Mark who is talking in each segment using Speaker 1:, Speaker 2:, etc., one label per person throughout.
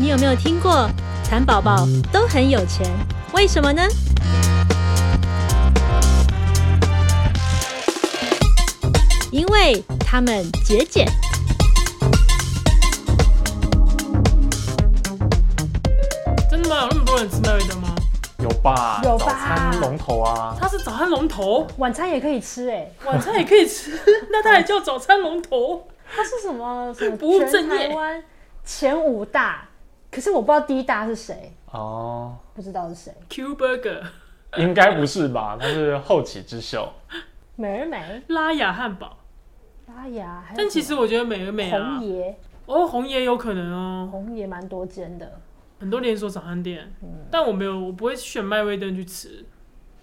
Speaker 1: 有没有听过蚕宝宝都很有钱？为什么呢？因为他们节俭。
Speaker 2: 真的吗？啊有那么多人吃麦味登吗？
Speaker 3: 有吧？
Speaker 4: 有吧
Speaker 3: 早餐龙头啊，
Speaker 2: 它是早餐龙头，
Speaker 4: 晚餐也可以吃哎、
Speaker 2: 晚餐也可以 吃，那它还叫早餐龙头？
Speaker 4: 它是什么 什么
Speaker 2: 不务
Speaker 4: 全
Speaker 2: 正业
Speaker 4: 台湾前五大，可是我不知道第一大是谁，
Speaker 3: 哦，
Speaker 4: 不知道是谁。
Speaker 2: Q Burger、
Speaker 3: 应该不是吧？它是后起之秀，
Speaker 4: 美而美、
Speaker 2: 拉雅汉堡，
Speaker 4: 拉雅，还有
Speaker 2: 但其实我觉得美而美
Speaker 4: 什么
Speaker 2: 啊
Speaker 4: 红，爷，
Speaker 2: 哦，红也有可能哦，
Speaker 4: 红爷蛮多间的。
Speaker 2: 很多连锁早餐店，
Speaker 3: 嗯
Speaker 2: 但我没有，我不会选麦味登去吃。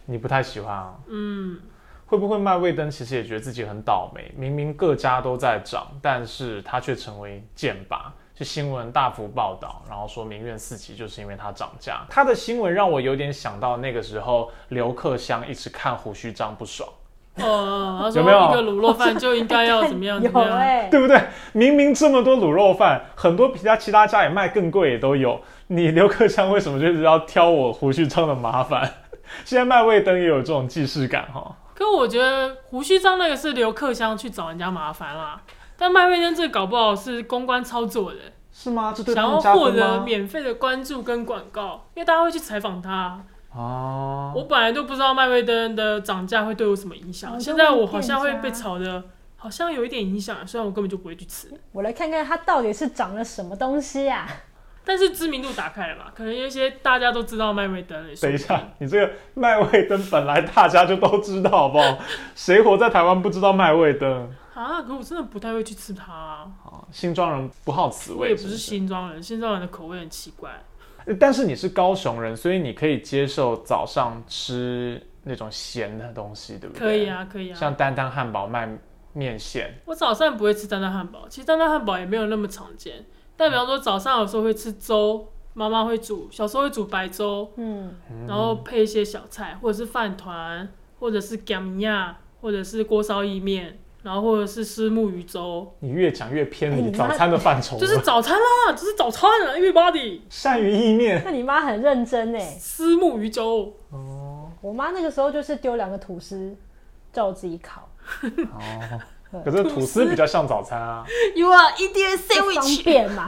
Speaker 3: 你不太喜欢啊？
Speaker 2: 嗯，
Speaker 3: 会不会麦味登其实也觉得自己很倒霉？明明各家都在涨，但是它却成为箭靶。是新闻大幅报道，然后说民怨四起，就是因为它涨价。它的新闻让我有点想到那个时候刘克湘一直看胡须章不爽，
Speaker 2: 呃，他说
Speaker 3: 有没有欸
Speaker 2: 一个卤肉饭就应该要怎么
Speaker 1: 嗯
Speaker 2: 样
Speaker 4: 有
Speaker 2: 怎 么样，
Speaker 4: 哎、
Speaker 1: 啊
Speaker 3: 对不对？明明这么多卤肉饭，很多其他其他家也卖更贵也都有，你刘克湘为什么就是要挑我胡须章的麻烦？ 现在麦味登也有这种既视感哈。
Speaker 2: 可我觉得胡须章那个是刘克湘去找人家麻烦啦，但麦味登这个搞不好是公关操作的，
Speaker 3: 是吗？这对他
Speaker 2: 想
Speaker 3: 们
Speaker 2: 要
Speaker 3: 加
Speaker 2: 获
Speaker 3: 分
Speaker 2: 得
Speaker 3: 吗？
Speaker 2: 免费的关注跟广告，因为大家会去采访他。
Speaker 3: 哦，
Speaker 2: 我本来就不知道麦味登的涨价会对我什么影响，
Speaker 4: 哦
Speaker 2: 现在我好
Speaker 4: 就问
Speaker 2: 像会
Speaker 4: 店家
Speaker 2: 被炒的，好像有一点影响，虽然我根本就不会去吃，
Speaker 4: 我来看看它到底是长了什么东西啊？
Speaker 2: 但是知名度打开了嘛，可能有一些大家都知道麦味登了。
Speaker 3: 等
Speaker 2: 说不
Speaker 3: 一下，你这个麦味登本来大家就都知道，好不好？谁活在台湾不知道麦味登？
Speaker 2: 定啊，可我真的不太会去吃它、啊，
Speaker 3: 啊新庄人不好此
Speaker 2: 我
Speaker 3: 味，
Speaker 2: 也不是
Speaker 3: 是
Speaker 2: 新庄人，新庄人的口味很奇怪。
Speaker 3: 呃但是你是高雄人，所以你可以接受早上吃那种咸的东西，对不对？
Speaker 2: 可以，啊，可以啊，
Speaker 3: 像丹丹汉堡卖面线，
Speaker 2: 我早上不会吃丹丹汉堡，其实丹丹汉堡也没有那么常见。但比方说早上有时候会吃粥，妈妈会煮，小时候会煮白粥，
Speaker 4: 嗯，
Speaker 2: 然后配一些小菜，或者是饭团，或者是干米亚，或者是锅烧意面，然后或者是虱目鱼粥，
Speaker 3: 你越讲越偏
Speaker 4: 哎
Speaker 3: 离
Speaker 4: 你
Speaker 3: 早
Speaker 4: 妈
Speaker 3: 餐的范畴了。
Speaker 2: 就是早餐啦，就是早餐啦，everybody，
Speaker 3: 鳝鱼意面，
Speaker 4: 那你妈很认真哎、
Speaker 2: 虱目鱼粥。
Speaker 4: 我妈那个时候就是丢两个吐司，叫我自己烤，
Speaker 3: 可是吐司比较像早餐啊。
Speaker 2: You are Indian
Speaker 4: 就方便嘛。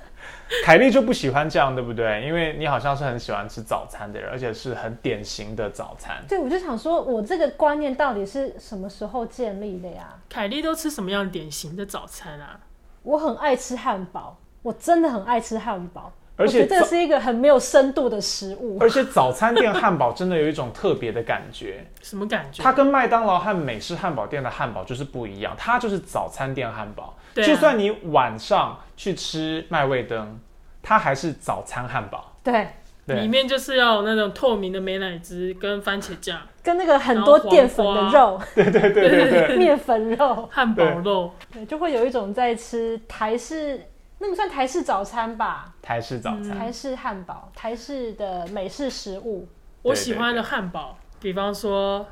Speaker 3: 凯莉就不喜欢这样，对不对？因为你好像是很喜欢吃早餐的人，而且是很典型的早餐。
Speaker 4: 对，我就想说，我这个观念到底是什么时候建立的呀？
Speaker 2: 凯莉都吃什么样典型的早餐啊？
Speaker 4: 我很爱吃汉堡，我真的很爱吃汉堡，
Speaker 3: 而且
Speaker 4: 我觉得这
Speaker 3: 早
Speaker 4: 是一个很没有深度的食物。
Speaker 3: 而且早餐店汉堡真的有一种特别的感 觉，
Speaker 2: 什么感觉？
Speaker 3: 它跟麦当劳和美式汉堡店的汉堡就是不一样，它就是早餐店汉堡。
Speaker 2: 对啊
Speaker 3: 就算你晚上去吃麦味登，它还是早餐汉堡。
Speaker 4: 对，
Speaker 2: 里
Speaker 3: 对，
Speaker 2: 面就是要有那种透明的美乃滋跟番茄酱、
Speaker 4: 跟那个很多淀粉的肉、
Speaker 3: 对对对对，
Speaker 4: 面粉肉，
Speaker 2: 汉堡肉。
Speaker 4: 对，就会有一种在吃台式，那个算台式早餐吧，
Speaker 3: 台式早餐。
Speaker 4: 台式汉堡，台式的美式食物。
Speaker 2: 我喜欢的汉堡，比方说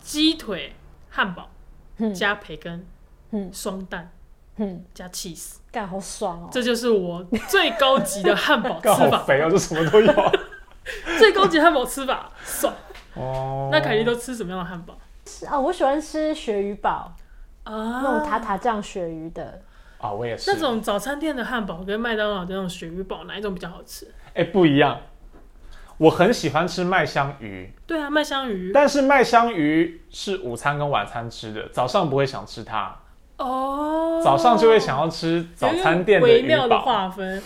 Speaker 2: 鸡腿汉堡
Speaker 4: 嗯
Speaker 2: 加培根，
Speaker 4: 嗯
Speaker 2: 双蛋
Speaker 4: 嗯，
Speaker 2: 加 cheese，
Speaker 4: 干好爽哦！
Speaker 2: 这就是我最高级的汉 堡
Speaker 3: 刚
Speaker 2: 吃
Speaker 3: 好
Speaker 2: 法，
Speaker 3: 肥哦，这什么 都有。
Speaker 2: 最高级汉堡吃法爽。
Speaker 3: 哦，
Speaker 2: 那凯莉都吃什么样的汉堡
Speaker 4: 是啊，我喜欢吃鳕鱼堡，
Speaker 2: 啊
Speaker 4: 那种塔塔酱鳕鱼的，
Speaker 3: 啊，我也是。
Speaker 2: 那种早餐店的汉堡跟麦当劳的那种鳕鱼堡，哪一种比较好吃？
Speaker 3: 哎、不一样。我很喜欢吃麦香鱼，
Speaker 2: 对啊，麦香鱼
Speaker 3: 但是麦香鱼是午餐跟晚餐吃的，早上不会想吃它，
Speaker 2: 哦，
Speaker 3: 早上就会想要吃早餐店
Speaker 2: 有
Speaker 3: 的
Speaker 2: 一个微
Speaker 3: 鱼
Speaker 2: 妙的
Speaker 3: 堡。
Speaker 2: 划分，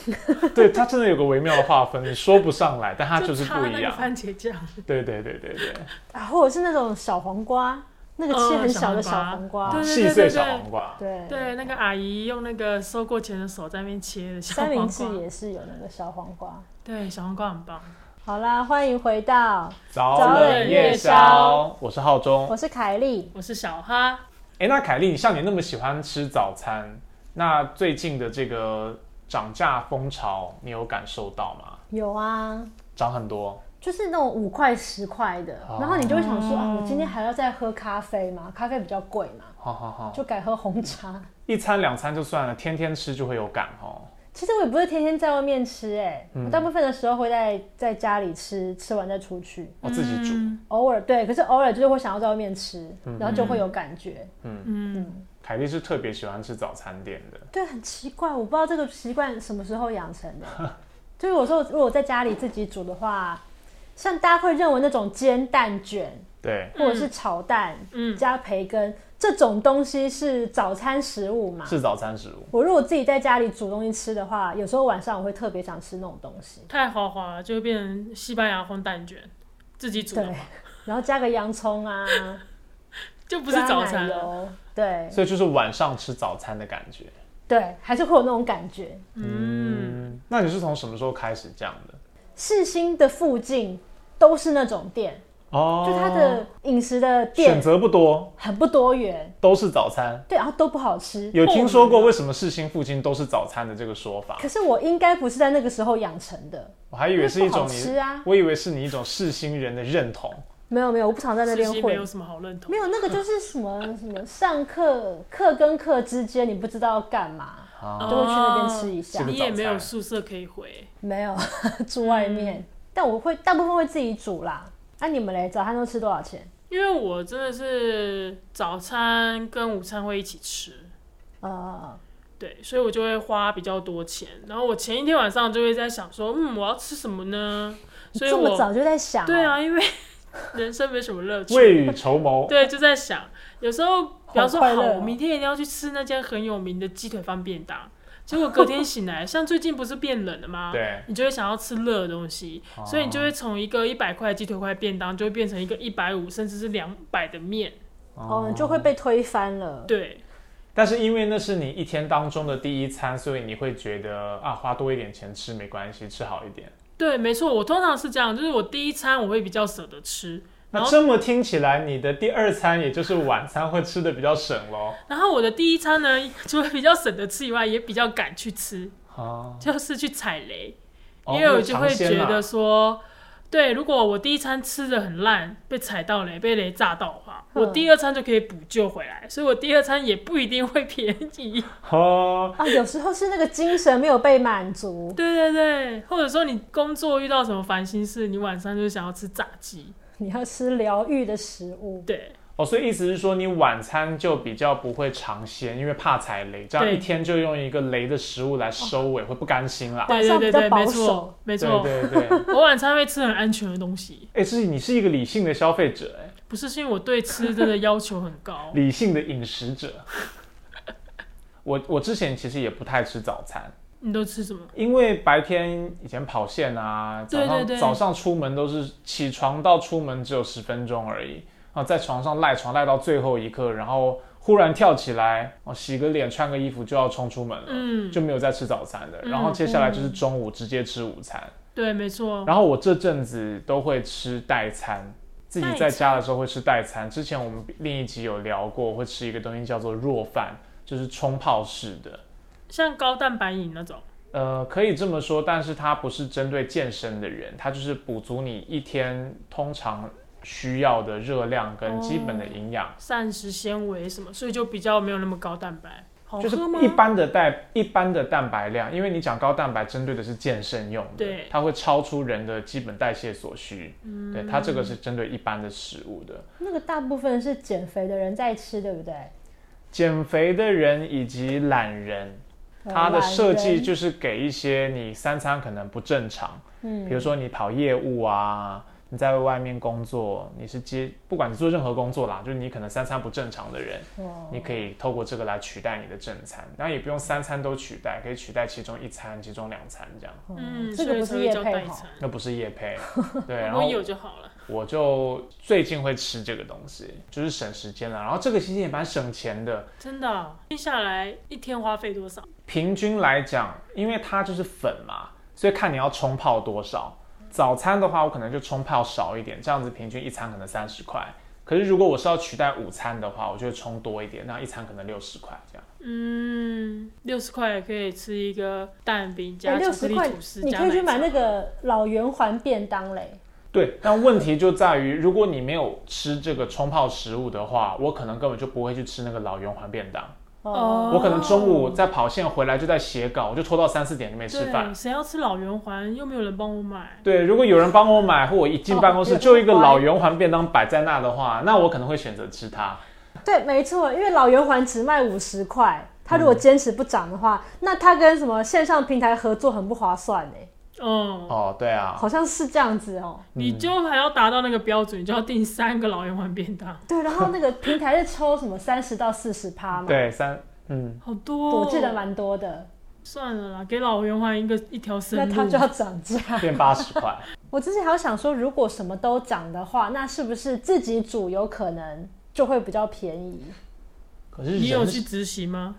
Speaker 3: 对，它真的有个微妙的划分，你说不上来，但它就是
Speaker 2: 差
Speaker 3: 不
Speaker 2: 那
Speaker 3: 一
Speaker 2: 个
Speaker 3: 样。
Speaker 2: 番茄酱，
Speaker 3: 对对对对对，
Speaker 4: 啊，或者是那种小黄瓜，那个切
Speaker 2: 嗯
Speaker 4: 很小的
Speaker 2: 小
Speaker 4: 哦小
Speaker 2: 黄
Speaker 4: 黄瓜，
Speaker 2: 对对对
Speaker 3: 细
Speaker 2: 对
Speaker 3: 碎
Speaker 2: 对
Speaker 3: 小黄瓜。
Speaker 4: 对
Speaker 2: 对，那个阿姨用那个收过钱的手在那边切的小
Speaker 4: 三
Speaker 2: 黄
Speaker 4: 明
Speaker 2: 瓜，
Speaker 4: 治也是有那个小黄瓜。
Speaker 2: 对，小黄瓜很棒。
Speaker 4: 好啦，欢迎回到，
Speaker 3: 早冷夜宵，我是浩中。
Speaker 4: 我是凯莉。
Speaker 2: 我是小哈，
Speaker 3: 哎、那凯莉，你像你那么喜欢吃早餐，那最近的这个涨价风潮，你有感受到吗？
Speaker 4: 有啊，
Speaker 3: 涨很多。
Speaker 4: 就是那种五块十块的，
Speaker 3: 哦
Speaker 4: 然后你就会想说，啊，我今天还要再喝咖啡吗？咖啡比较贵嘛，
Speaker 3: 好好好，
Speaker 4: 就改喝红茶。
Speaker 3: 一餐两餐就算了，天天吃就会有感哦。
Speaker 4: 其实我也不是天天在外面吃、哎、
Speaker 3: 嗯
Speaker 4: 我大部分的时候会在在家里吃，吃完再出去。
Speaker 3: 我自己煮，
Speaker 2: 嗯
Speaker 4: 偶尔对，可是偶尔就是会想要在外面吃，
Speaker 3: 嗯
Speaker 4: 然后就会有感觉。
Speaker 2: 嗯，
Speaker 3: 凯莉是特别喜欢吃早餐店的，
Speaker 4: 对，很奇怪，我不知道这个习惯什么时候养成的。 就是我说，如果我在家里自己煮的话，像大家会认为那种煎蛋卷
Speaker 3: 对，
Speaker 4: 或者是炒蛋、
Speaker 2: 嗯
Speaker 4: 加培根这种东西是早餐食物嘛？
Speaker 3: 是早餐食物。
Speaker 4: 我如果自己在家里煮东西吃的话，有时候晚上我会特别想吃那种东西，
Speaker 2: 太豪华了，就会变成西班牙烘蛋卷，自己煮的
Speaker 4: 对
Speaker 2: 嘛，，
Speaker 4: 然后加个洋葱啊，
Speaker 2: 就 不
Speaker 4: 不
Speaker 2: 是早餐啊了。嗯
Speaker 4: 油，对
Speaker 3: 所以就是晚上吃早餐的感觉。
Speaker 4: 对，还是会有那种感觉。
Speaker 2: 嗯，
Speaker 3: 嗯，那你是从什么时候开始这样的？
Speaker 4: 市心的附近都是那种店，
Speaker 3: 哦，
Speaker 4: 就它的饮食的
Speaker 3: 选
Speaker 4: 店
Speaker 3: 择不多，
Speaker 4: 很不多元，
Speaker 3: 都是早餐。
Speaker 4: 对，然后都不好吃。
Speaker 3: 有听说过为什么世新附近都是早餐的这个说法
Speaker 4: 可？是我应该不是在那个时候养成的，
Speaker 3: 我还以为是一
Speaker 4: 因为不
Speaker 3: 种
Speaker 4: 好吃
Speaker 3: 你，
Speaker 4: 啊，
Speaker 3: 我以为是你一种世新人的认同。
Speaker 4: 没有没有，我不常在那
Speaker 2: 世
Speaker 4: 边
Speaker 2: 新没
Speaker 4: 混
Speaker 2: 有。什么好认同
Speaker 4: 没。有那个就是什么什么上课课跟课之间你不知道要干嘛，
Speaker 3: 啊
Speaker 2: 哦
Speaker 4: 就会去那边吃一下
Speaker 3: 哦。
Speaker 2: 你也没有宿舍可以回，
Speaker 4: 没有 住外面，
Speaker 2: 嗯
Speaker 4: 但我会大部分会自己煮啦。那、你们嘞，早餐都吃多少钱？
Speaker 2: 因为我真的是早餐跟午餐会一起吃，
Speaker 4: 呃，
Speaker 2: 对，所以我就会花比较多钱。然后我前一天晚上就会在想说，嗯，我要吃什么呢？所以
Speaker 4: 这么
Speaker 2: 我
Speaker 4: 早就在想、哦
Speaker 2: 对，啊，因为 人生没什么乐趣，
Speaker 3: 未雨 绸缪，
Speaker 2: 对，就在想，有时候比方说
Speaker 4: 好快
Speaker 2: 好，
Speaker 4: 乐哦
Speaker 2: 我明天一定要去吃那间很有名的鸡腿饭便当。结果隔天醒来， 像最近不是变冷了吗？
Speaker 3: 对
Speaker 2: 你就会想要吃热的东西，
Speaker 4: 哦
Speaker 2: 所以你就会从一个一百块鸡腿块便当，就会变成一个一百五甚至是两百的面。
Speaker 4: 哦，你就会被推翻了。
Speaker 2: 对，
Speaker 3: 但是因为那是你一天当中的第一餐，所以你会觉得啊，花多一点钱吃没关系，吃好一点。
Speaker 2: 对，没错，我通常是这样，就是我第一餐我会比较舍得吃，然
Speaker 3: 那
Speaker 2: 后
Speaker 3: 这么听起来，你的第二餐也就是晚餐会吃的比较省喽。
Speaker 2: 然后我的第一餐呢， 除了比较省得吃以外，也比较敢去吃，
Speaker 3: 啊，
Speaker 2: 就是去踩雷。
Speaker 3: 哦
Speaker 2: 哦因为我就会觉
Speaker 3: 那
Speaker 2: 得
Speaker 3: 个尝鲜啊
Speaker 2: 说，对，如果我第一餐吃的很烂，被踩到雷，被雷炸到的话，
Speaker 4: 嗯
Speaker 2: 我第二餐就可以补救回来，所以我第二餐也不一定会 便宜。
Speaker 3: 哦，
Speaker 4: 啊，有时候是那个精神没有被满足，
Speaker 2: 对对对，或者说你工作遇到什么烦心事，你晚上就想要吃炸鸡，
Speaker 4: 你要吃疗愈的食物。
Speaker 2: 对
Speaker 3: 哦，所以意思是说，你晚餐就比较不会尝鲜，因为怕踩雷，这样
Speaker 2: 对
Speaker 3: 一天就用一个雷的食物来收尾，会不甘心啦。
Speaker 4: 晚
Speaker 2: 对对
Speaker 4: 上
Speaker 2: 对
Speaker 4: 比较
Speaker 2: 对，
Speaker 4: 保
Speaker 2: 没
Speaker 4: 守
Speaker 2: 错没
Speaker 3: 对
Speaker 2: 错，
Speaker 3: 对对，
Speaker 2: 我晚餐会吃很安全的东西，
Speaker 3: 哎，是你是一个理性的消费者，哎，，
Speaker 2: 不是是因为我对吃真的要求很高
Speaker 3: 理性的饮食者。我我之前其实也不太吃早餐，
Speaker 2: 你都吃什么？
Speaker 3: 因为白天以前跑线啊，早上
Speaker 2: 对对对
Speaker 3: 早上出门都是起床到出门只有十分钟而已啊，在床上赖床赖到最后一刻，然后忽然跳起来，哦、洗个脸穿个衣服就要冲出门了，
Speaker 2: 嗯
Speaker 3: 呃就没有再吃早餐的。
Speaker 2: 嗯
Speaker 3: 然后接下来就是中午直接吃午餐，
Speaker 2: 对，没错，
Speaker 3: 然后我这阵子都会吃代餐。自己在家的时候会吃代餐，之前我们另一集有聊过，会吃一个东西叫做弱饭，就是冲泡式的。
Speaker 2: 像高蛋白饮那种，
Speaker 3: 呃，可以这么说，但是它不是针对健身的人，它就是补足你一天通常需要的热量
Speaker 2: 哦
Speaker 3: 跟基本的营养。
Speaker 2: 膳食纤维什么，所以就比较没有那么高蛋白，好
Speaker 3: 就是
Speaker 2: 喝吗？
Speaker 3: 一般的蛋一般的蛋白量，因为你讲高蛋白针对的是健身用的，
Speaker 2: 对嗯
Speaker 3: 它会超出人的基本代谢所需。对，它这个是针对一般的食物的。
Speaker 4: 那个大部分是减肥的人在吃，对不对？
Speaker 3: 减肥的人以及懒人，
Speaker 4: 哦
Speaker 3: 它
Speaker 4: 呃
Speaker 3: 的设计就是给一些你三餐可能不正常，
Speaker 4: 嗯
Speaker 3: 比如说你跑业务啊，你在外面工作，你是接不管你做任何工作啦，就是你可能三餐不正常的人，
Speaker 4: 哦
Speaker 3: 你可以透过这个来取代你的正餐，然后也不用三餐都取代，可以取代其中一餐、其中两餐这样。
Speaker 2: 嗯，
Speaker 4: 这
Speaker 2: 所
Speaker 4: 个
Speaker 2: 以
Speaker 4: 不
Speaker 2: 才
Speaker 4: 是
Speaker 2: 会
Speaker 4: 叶
Speaker 2: 叫
Speaker 4: 配
Speaker 2: 代
Speaker 4: 哈
Speaker 2: 餐，
Speaker 3: 那不是夜配，对，然
Speaker 2: 我
Speaker 3: 后
Speaker 2: 有就好了。
Speaker 3: 我就最近会吃这个东西，就是省时间了。然后这个其实也蛮省钱的，
Speaker 2: 真的啊、接下来一天花费多
Speaker 4: 嗯
Speaker 2: 少？
Speaker 3: 平均来讲，因为它就是粉嘛，所以看你要冲泡多少。早餐的话，我可能就冲泡少一点，这样子平均一餐可能三十块。可是如果我是要取代午餐的话，我就会冲多一点，那一餐可能六十块这样。
Speaker 2: 嗯，六十块也可以吃一个蛋饼
Speaker 4: 哎，
Speaker 2: 加巧
Speaker 4: 六
Speaker 2: 克
Speaker 4: 十
Speaker 2: 力
Speaker 4: 块
Speaker 2: 吐司，
Speaker 4: 你
Speaker 2: 加
Speaker 4: 可以去买那
Speaker 2: 奶茶
Speaker 4: 个老圆环便当嘞。
Speaker 3: 对，但问题就在于，如果你没有吃这个冲泡食物的话，我可能根本就不会去吃那个老圆环便当，
Speaker 4: 哦，
Speaker 3: 我可能中午在跑线回来就在写稿，我就拖到三四点就没吃饭
Speaker 2: 对，。谁要吃老圆环？又没有人帮我买。
Speaker 3: 对，如果有人帮我买，或我一进办公室
Speaker 4: 哦
Speaker 3: 就一个老圆环便当摆在那的话，那我可能会选择吃它。
Speaker 4: 对，没错，因为老圆环只卖五十块，它如果坚持不涨的话，那它跟什么线上平台合作很不划算哎，
Speaker 2: 嗯，
Speaker 3: 哦，嗯对啊，
Speaker 4: 好像是这样子哦。
Speaker 2: 你就还要达到那个标准，你就要订三个老圆环便当，
Speaker 4: 对，然后那个平台是抽什么三十到四十趴嘛，
Speaker 3: 对三，嗯，
Speaker 2: 好多、哦。
Speaker 4: 我记得蛮多的，
Speaker 2: 算了啦，给老圆环一个一条生
Speaker 4: 那
Speaker 2: 路。
Speaker 4: 它就要涨价。
Speaker 3: 变八十 块。
Speaker 4: 我之前还有想说，如果什么都涨的话，那是不是自己煮有可能就会比较便宜？
Speaker 3: 可是
Speaker 2: 你有
Speaker 3: 人
Speaker 2: 去执行吗？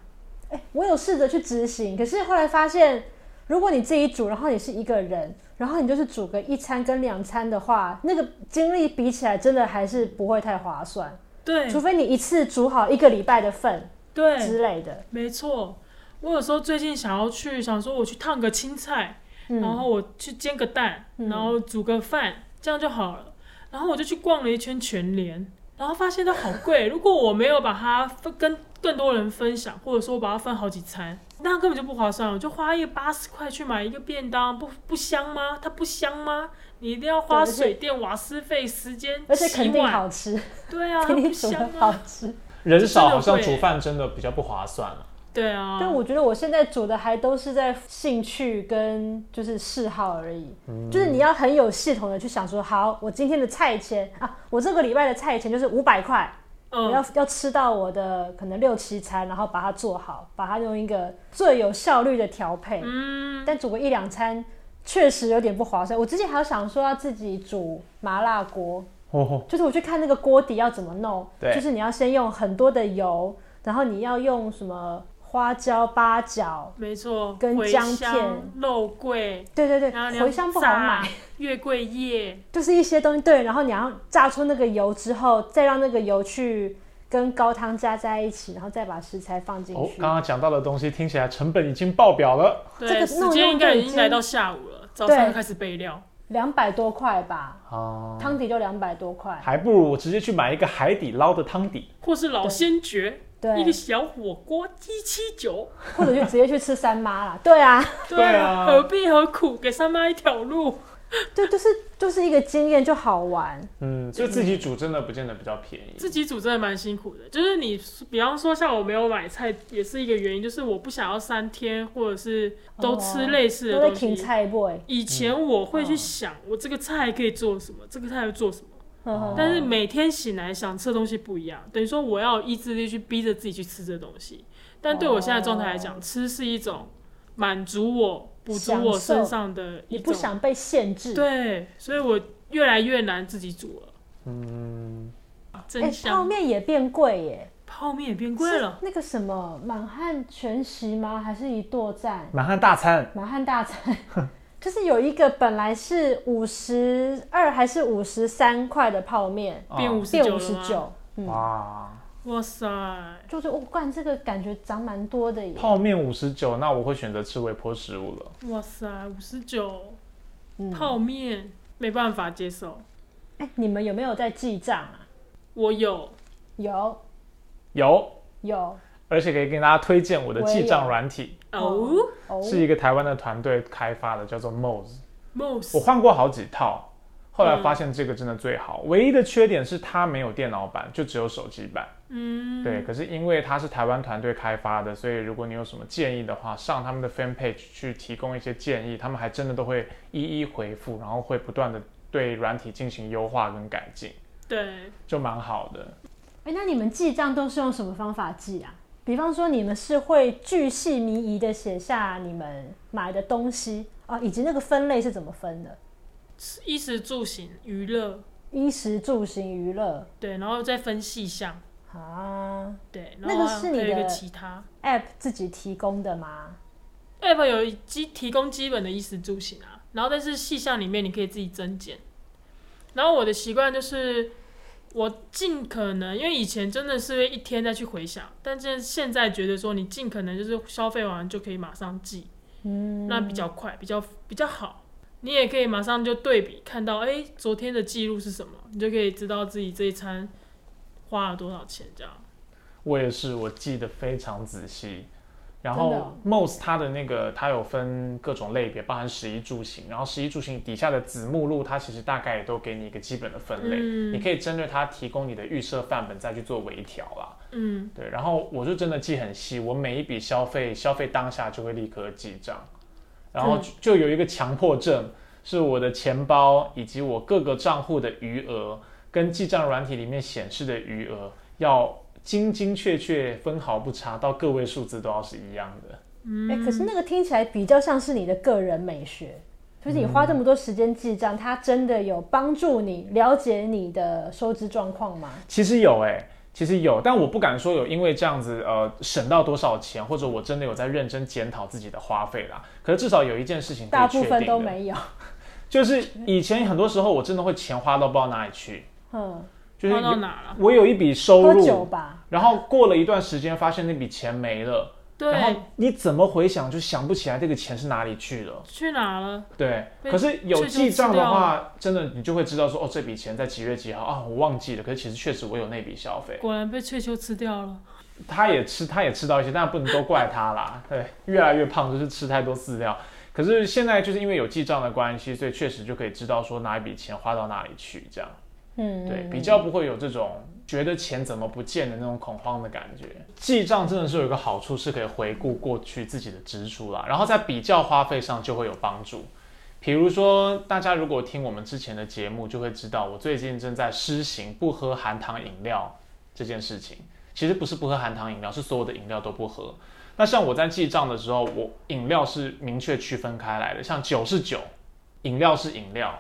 Speaker 4: 我有试着去执行，可是后来发现，如果你自己煮，然后你是一个人，然后你就是煮个一餐跟两餐的话，那个精力比起来，真的还是不会太划算，
Speaker 2: 对
Speaker 4: 除非你一次煮好一个礼拜的份
Speaker 2: 对，
Speaker 4: 之类的。
Speaker 2: 没错。我有时候最近想要去，想说我去烫个青菜，然
Speaker 4: 嗯，
Speaker 2: 后我去煎个蛋，
Speaker 4: 嗯
Speaker 2: 然后煮个饭，这样就好了。然后我就去逛了一圈全联，然后发现它好贵。 如果我没有把它分跟更多人分享，或者说我把它分好几餐，那根本就不划算。我就花一个八十块去买一个便当，不不香吗？它不香吗？你一定要花
Speaker 4: 对而且
Speaker 2: 水电、瓦斯费、时间、
Speaker 4: 而且
Speaker 2: 洗
Speaker 4: 肯定
Speaker 2: 碗
Speaker 4: 好吃，
Speaker 2: 对啊，它
Speaker 4: 肯
Speaker 2: 不
Speaker 4: 定煮
Speaker 2: 香
Speaker 4: 的好
Speaker 2: 啊。
Speaker 4: 吃。
Speaker 3: 人少，好像
Speaker 2: 真的会
Speaker 3: 煮饭真的比较不划算了。
Speaker 2: 对啊，
Speaker 4: 但我觉得我现在煮的还都是在兴趣跟就是嗜好而已，就是你要很有系统的去想说，好，我今天的菜钱啊，我这个礼拜的菜钱就是五百块，我
Speaker 2: 嗯
Speaker 4: 要要吃到我的可能六七餐，然后把它做好，把它用一个最有效率的调配。
Speaker 2: 嗯，
Speaker 4: 但煮个一两餐确实有点不划算。我之前还有想说要自己煮麻辣锅，
Speaker 3: 哦，
Speaker 4: 就是我去看那个锅底要怎么弄，
Speaker 3: 对
Speaker 4: 就是你要先用很多的油，然后你要用什么花椒、八角，
Speaker 2: 没错，
Speaker 4: 跟
Speaker 2: 茴
Speaker 4: 姜
Speaker 2: 香
Speaker 4: 片、
Speaker 2: 肉桂，
Speaker 4: 对对对，
Speaker 2: 然后你要
Speaker 4: 茴香不好买
Speaker 2: 炸，月桂 叶，
Speaker 4: 就是一些东西对，然后你要炸出那个油之后，再让那个油去跟高汤加在一起，然后再把食材放进
Speaker 3: 哦，
Speaker 4: 去。
Speaker 3: 刚刚讲到的东西听起来成本已经爆表了
Speaker 2: 对，
Speaker 4: 这个
Speaker 2: 时
Speaker 4: 弄
Speaker 2: 间
Speaker 4: 用
Speaker 2: 应该
Speaker 4: 就
Speaker 2: 已
Speaker 4: 已
Speaker 2: 经
Speaker 4: 经
Speaker 2: 来到下午了，早上
Speaker 4: 对
Speaker 2: 就开始备料。
Speaker 4: 两百多块吧，
Speaker 2: 哦
Speaker 3: 啊，
Speaker 4: 汤底就两百多块。
Speaker 3: 还不如我直接去买一个海底捞的汤底。
Speaker 2: 或是老先觉，一
Speaker 4: 对
Speaker 2: 个，小火锅一七 九，
Speaker 4: 或者就直接去吃三妈啦。 对啊，
Speaker 2: 对
Speaker 3: 对啊
Speaker 2: 何必何苦给三妈一条路？
Speaker 4: 对，就是就是一个经验就好玩。
Speaker 3: 嗯，就自己煮真的不见得比较便宜。
Speaker 2: 自己煮真的蛮辛苦的，就是你，比方说像我没有买菜，也是一个原因，就是我不想要三天或者是都吃
Speaker 4: 哦
Speaker 2: 类似的
Speaker 4: 都在
Speaker 2: 东
Speaker 4: 挺
Speaker 2: 西。
Speaker 4: 菜嗯哦 boy，
Speaker 2: 以前我会去想，我这个菜可以做什么，这个菜会做什么。
Speaker 4: 呵呵
Speaker 2: 但是每天醒来想吃的东西不一样，等于说我要有意志力去逼着自己去吃这东西。但对我现在状态来
Speaker 4: 哦
Speaker 2: 讲，吃是一种满足我、补足我身上的一
Speaker 4: 你
Speaker 2: 种。
Speaker 4: 不想被限制。
Speaker 2: 对，所以我越来越难自己煮了。
Speaker 3: 嗯，
Speaker 4: 哎，
Speaker 2: 真
Speaker 4: 泡
Speaker 2: 香，
Speaker 4: 面也变贵耶，
Speaker 2: 泡面也变贵了
Speaker 4: 是。那个什么满汉全席吗？还是一剁赞？
Speaker 3: 满汉大餐
Speaker 4: 满汉大餐，就是有一个本来是五十二还是五十三块的泡面，
Speaker 3: 哦
Speaker 2: 变五十
Speaker 4: 变
Speaker 2: 九
Speaker 4: 五十
Speaker 2: 了吗？
Speaker 4: 九，嗯，
Speaker 3: 哇，
Speaker 2: 哇塞，
Speaker 4: 就是我干、这个感觉涨蛮多的耶。
Speaker 3: 泡面五十九，那我会选择吃微波食物了。
Speaker 2: 哇塞，五十九
Speaker 4: 嗯
Speaker 2: 泡面没办法接受。
Speaker 4: 哎、你们有没有在记账啊？
Speaker 2: 我有，
Speaker 4: 有
Speaker 3: 有，
Speaker 4: 有
Speaker 3: 而且可以跟大家推荐我的记
Speaker 4: 我也
Speaker 3: 账
Speaker 4: 有
Speaker 3: 软体，
Speaker 2: 哦
Speaker 4: 哦，
Speaker 3: 是一个台湾的团队开发的，叫做 Moz。我
Speaker 2: ，most
Speaker 3: 换过好几套，后来发现这个真的最好。
Speaker 4: 嗯
Speaker 3: 唯一的缺点是它没有电脑版，就只有手机版。
Speaker 2: 嗯，
Speaker 3: 对，可是因为它是台湾团队开发的，所以如果你有什么建议的话，上他们的 fan page 去提供一些建议，他们还真的都会一一回复，然后会不断的对软体进行优化跟改进，
Speaker 2: 对，
Speaker 3: 就蛮好的。
Speaker 4: 哎、那你们记账都是用什么方法记啊？比方说，你们是会巨细靡遗的写下你们买的东西哦，以及那个分类是怎么分的？
Speaker 2: 衣食住行、娱乐，
Speaker 4: 衣食住行娱乐
Speaker 2: 对，然后再分细项，
Speaker 4: 啊
Speaker 2: 对，
Speaker 4: 那个
Speaker 2: 然后还
Speaker 4: 是
Speaker 2: 有
Speaker 4: 你的
Speaker 2: 一个其他。
Speaker 4: ，App 自己提供的吗？
Speaker 2: app 有基提供基本的衣食住行啊，然后但是细项里面你可以自己增减。然后我的习惯就是，我尽可能，因为以前真的是会一天再去回想，但是现在觉得说你尽可能就是消费完就可以马上记，
Speaker 4: 嗯，
Speaker 2: 那比较快，比较比较好。你也可以马上就对比，看到哎、诶昨天的记录是什么，你就可以知道自己这一餐花了多少钱这样。
Speaker 3: 我也是，我记得非常仔细。然
Speaker 4: 真的哦
Speaker 3: 后 MOS 它的那个它有分各种类别，包含食衣住行，然后食衣住行底下的子目录，它其实大概也都给你一个基本的分类，
Speaker 2: 嗯
Speaker 3: 你可以针对它提供你的预设范本再去做微调啦。
Speaker 2: 嗯，
Speaker 3: 对，然后我就真的记很细，我每一笔消费消费当下就会立刻记账，然后
Speaker 4: 嗯
Speaker 3: 就就有一个强迫症，是我的钱包以及我各个账户的余额跟记账软体里面显示的余额要精精确确分毫不差，到个位数字都要是一样的。
Speaker 4: 哎、可是那个听起来比较像是你的个人美学，就是你花这么多时间记账，它真的有帮助你了解你的收支状况吗？
Speaker 3: 其实有哎、其实有，但我不敢说有因为这样子呃省到多少钱，或者我真的有在认真检讨自己的花费啦。可是至少有一件事情可以
Speaker 4: 大
Speaker 3: 确
Speaker 4: 部
Speaker 3: 定
Speaker 4: 分都
Speaker 3: 的
Speaker 4: 没有。
Speaker 3: 就是以前很多时候我真的会钱花到不知道哪里去，
Speaker 4: 嗯，
Speaker 3: 就是
Speaker 2: 花到
Speaker 3: 有
Speaker 2: 哪了？
Speaker 3: 我有一笔收
Speaker 4: 喝酒
Speaker 3: 入，
Speaker 4: 吧，
Speaker 3: 然后过了一段时间发现那笔钱没了，然
Speaker 2: 对
Speaker 3: 后，你怎么回想就想不起来这个钱是哪里去了。
Speaker 2: 去哪了？
Speaker 3: 对，
Speaker 2: 被
Speaker 3: 可是有
Speaker 2: 这就
Speaker 3: 记账
Speaker 2: 吃
Speaker 3: 的
Speaker 2: 掉
Speaker 3: 话，真的你就会知道说哦这笔钱在几月几号啊我忘记了，可是其实确实我有那笔消费，
Speaker 2: 果然被翠秋吃掉了。
Speaker 3: 他也吃他也吃到一些，但不能都怪他啦。对，越来越胖就是吃太多饲料。可是现在就是因为有记账的关系，所以确实就可以知道说哪一笔钱花到哪里去这样。
Speaker 4: 嗯，
Speaker 3: 对，比较不会有这种觉得钱怎么不见的那种恐慌的感觉。记账真的是有一个好处，是可以回顾过去自己的支出啦，然后在比较花费上就会有帮助。比如说，大家如果听我们之前的节目，就会知道我最近正在施行不喝含糖饮料这件事情。其实不是不喝含糖饮料，是所有的饮料都不喝。那像我在记账的时候，我饮料是明确区分开来的，像酒是酒，饮料是饮料，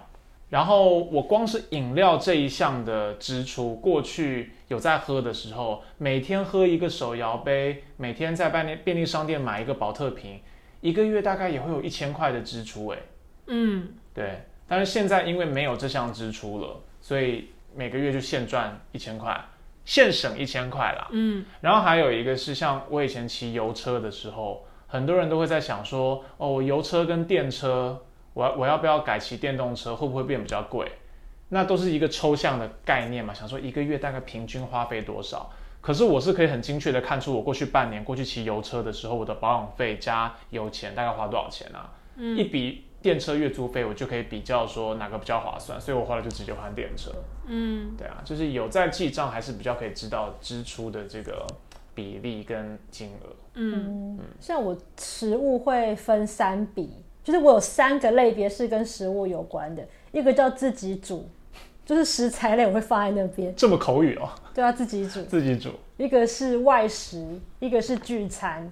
Speaker 3: 然后我光是饮料这一项的支出，过去有在喝的时候，每天喝一个手摇杯，每天在便利便利商店买一个保特瓶，一个月大概也会有一千块的支出，诶，
Speaker 2: 嗯，
Speaker 3: 对。但是现在因为没有这项支出了，所以每个月就现赚一千块，现省一千块啦。
Speaker 2: 嗯，
Speaker 3: 然后还有一个是像我以前骑油车的时候，很多人都会在想说，哦，我油车跟电车，我要我要不要改骑电动车，会不会变比较贵？那都是一个抽象的概念嘛，想说一个月大概平均花费多少。可是我是可以很精确的看出，我过去半年过去骑油车的时候，我的保养费加油钱大概花多少钱啊？
Speaker 2: 嗯
Speaker 3: 一笔电车月租费，我就可以比较说哪个比较划算，所以我后来就直接换电车。
Speaker 2: 嗯，
Speaker 3: 对啊，就是有在记账，还是比较可以知道支出的这个比例跟金额。
Speaker 2: 嗯，
Speaker 4: 像我食物会分三笔，就是我有三个类别是跟食物有关的，一个叫自己煮，就是食材类我会放在那边，
Speaker 3: 这么口语哦，
Speaker 4: 对啊，自己煮；
Speaker 3: 自己煮
Speaker 4: 一个是外食，一个是聚餐，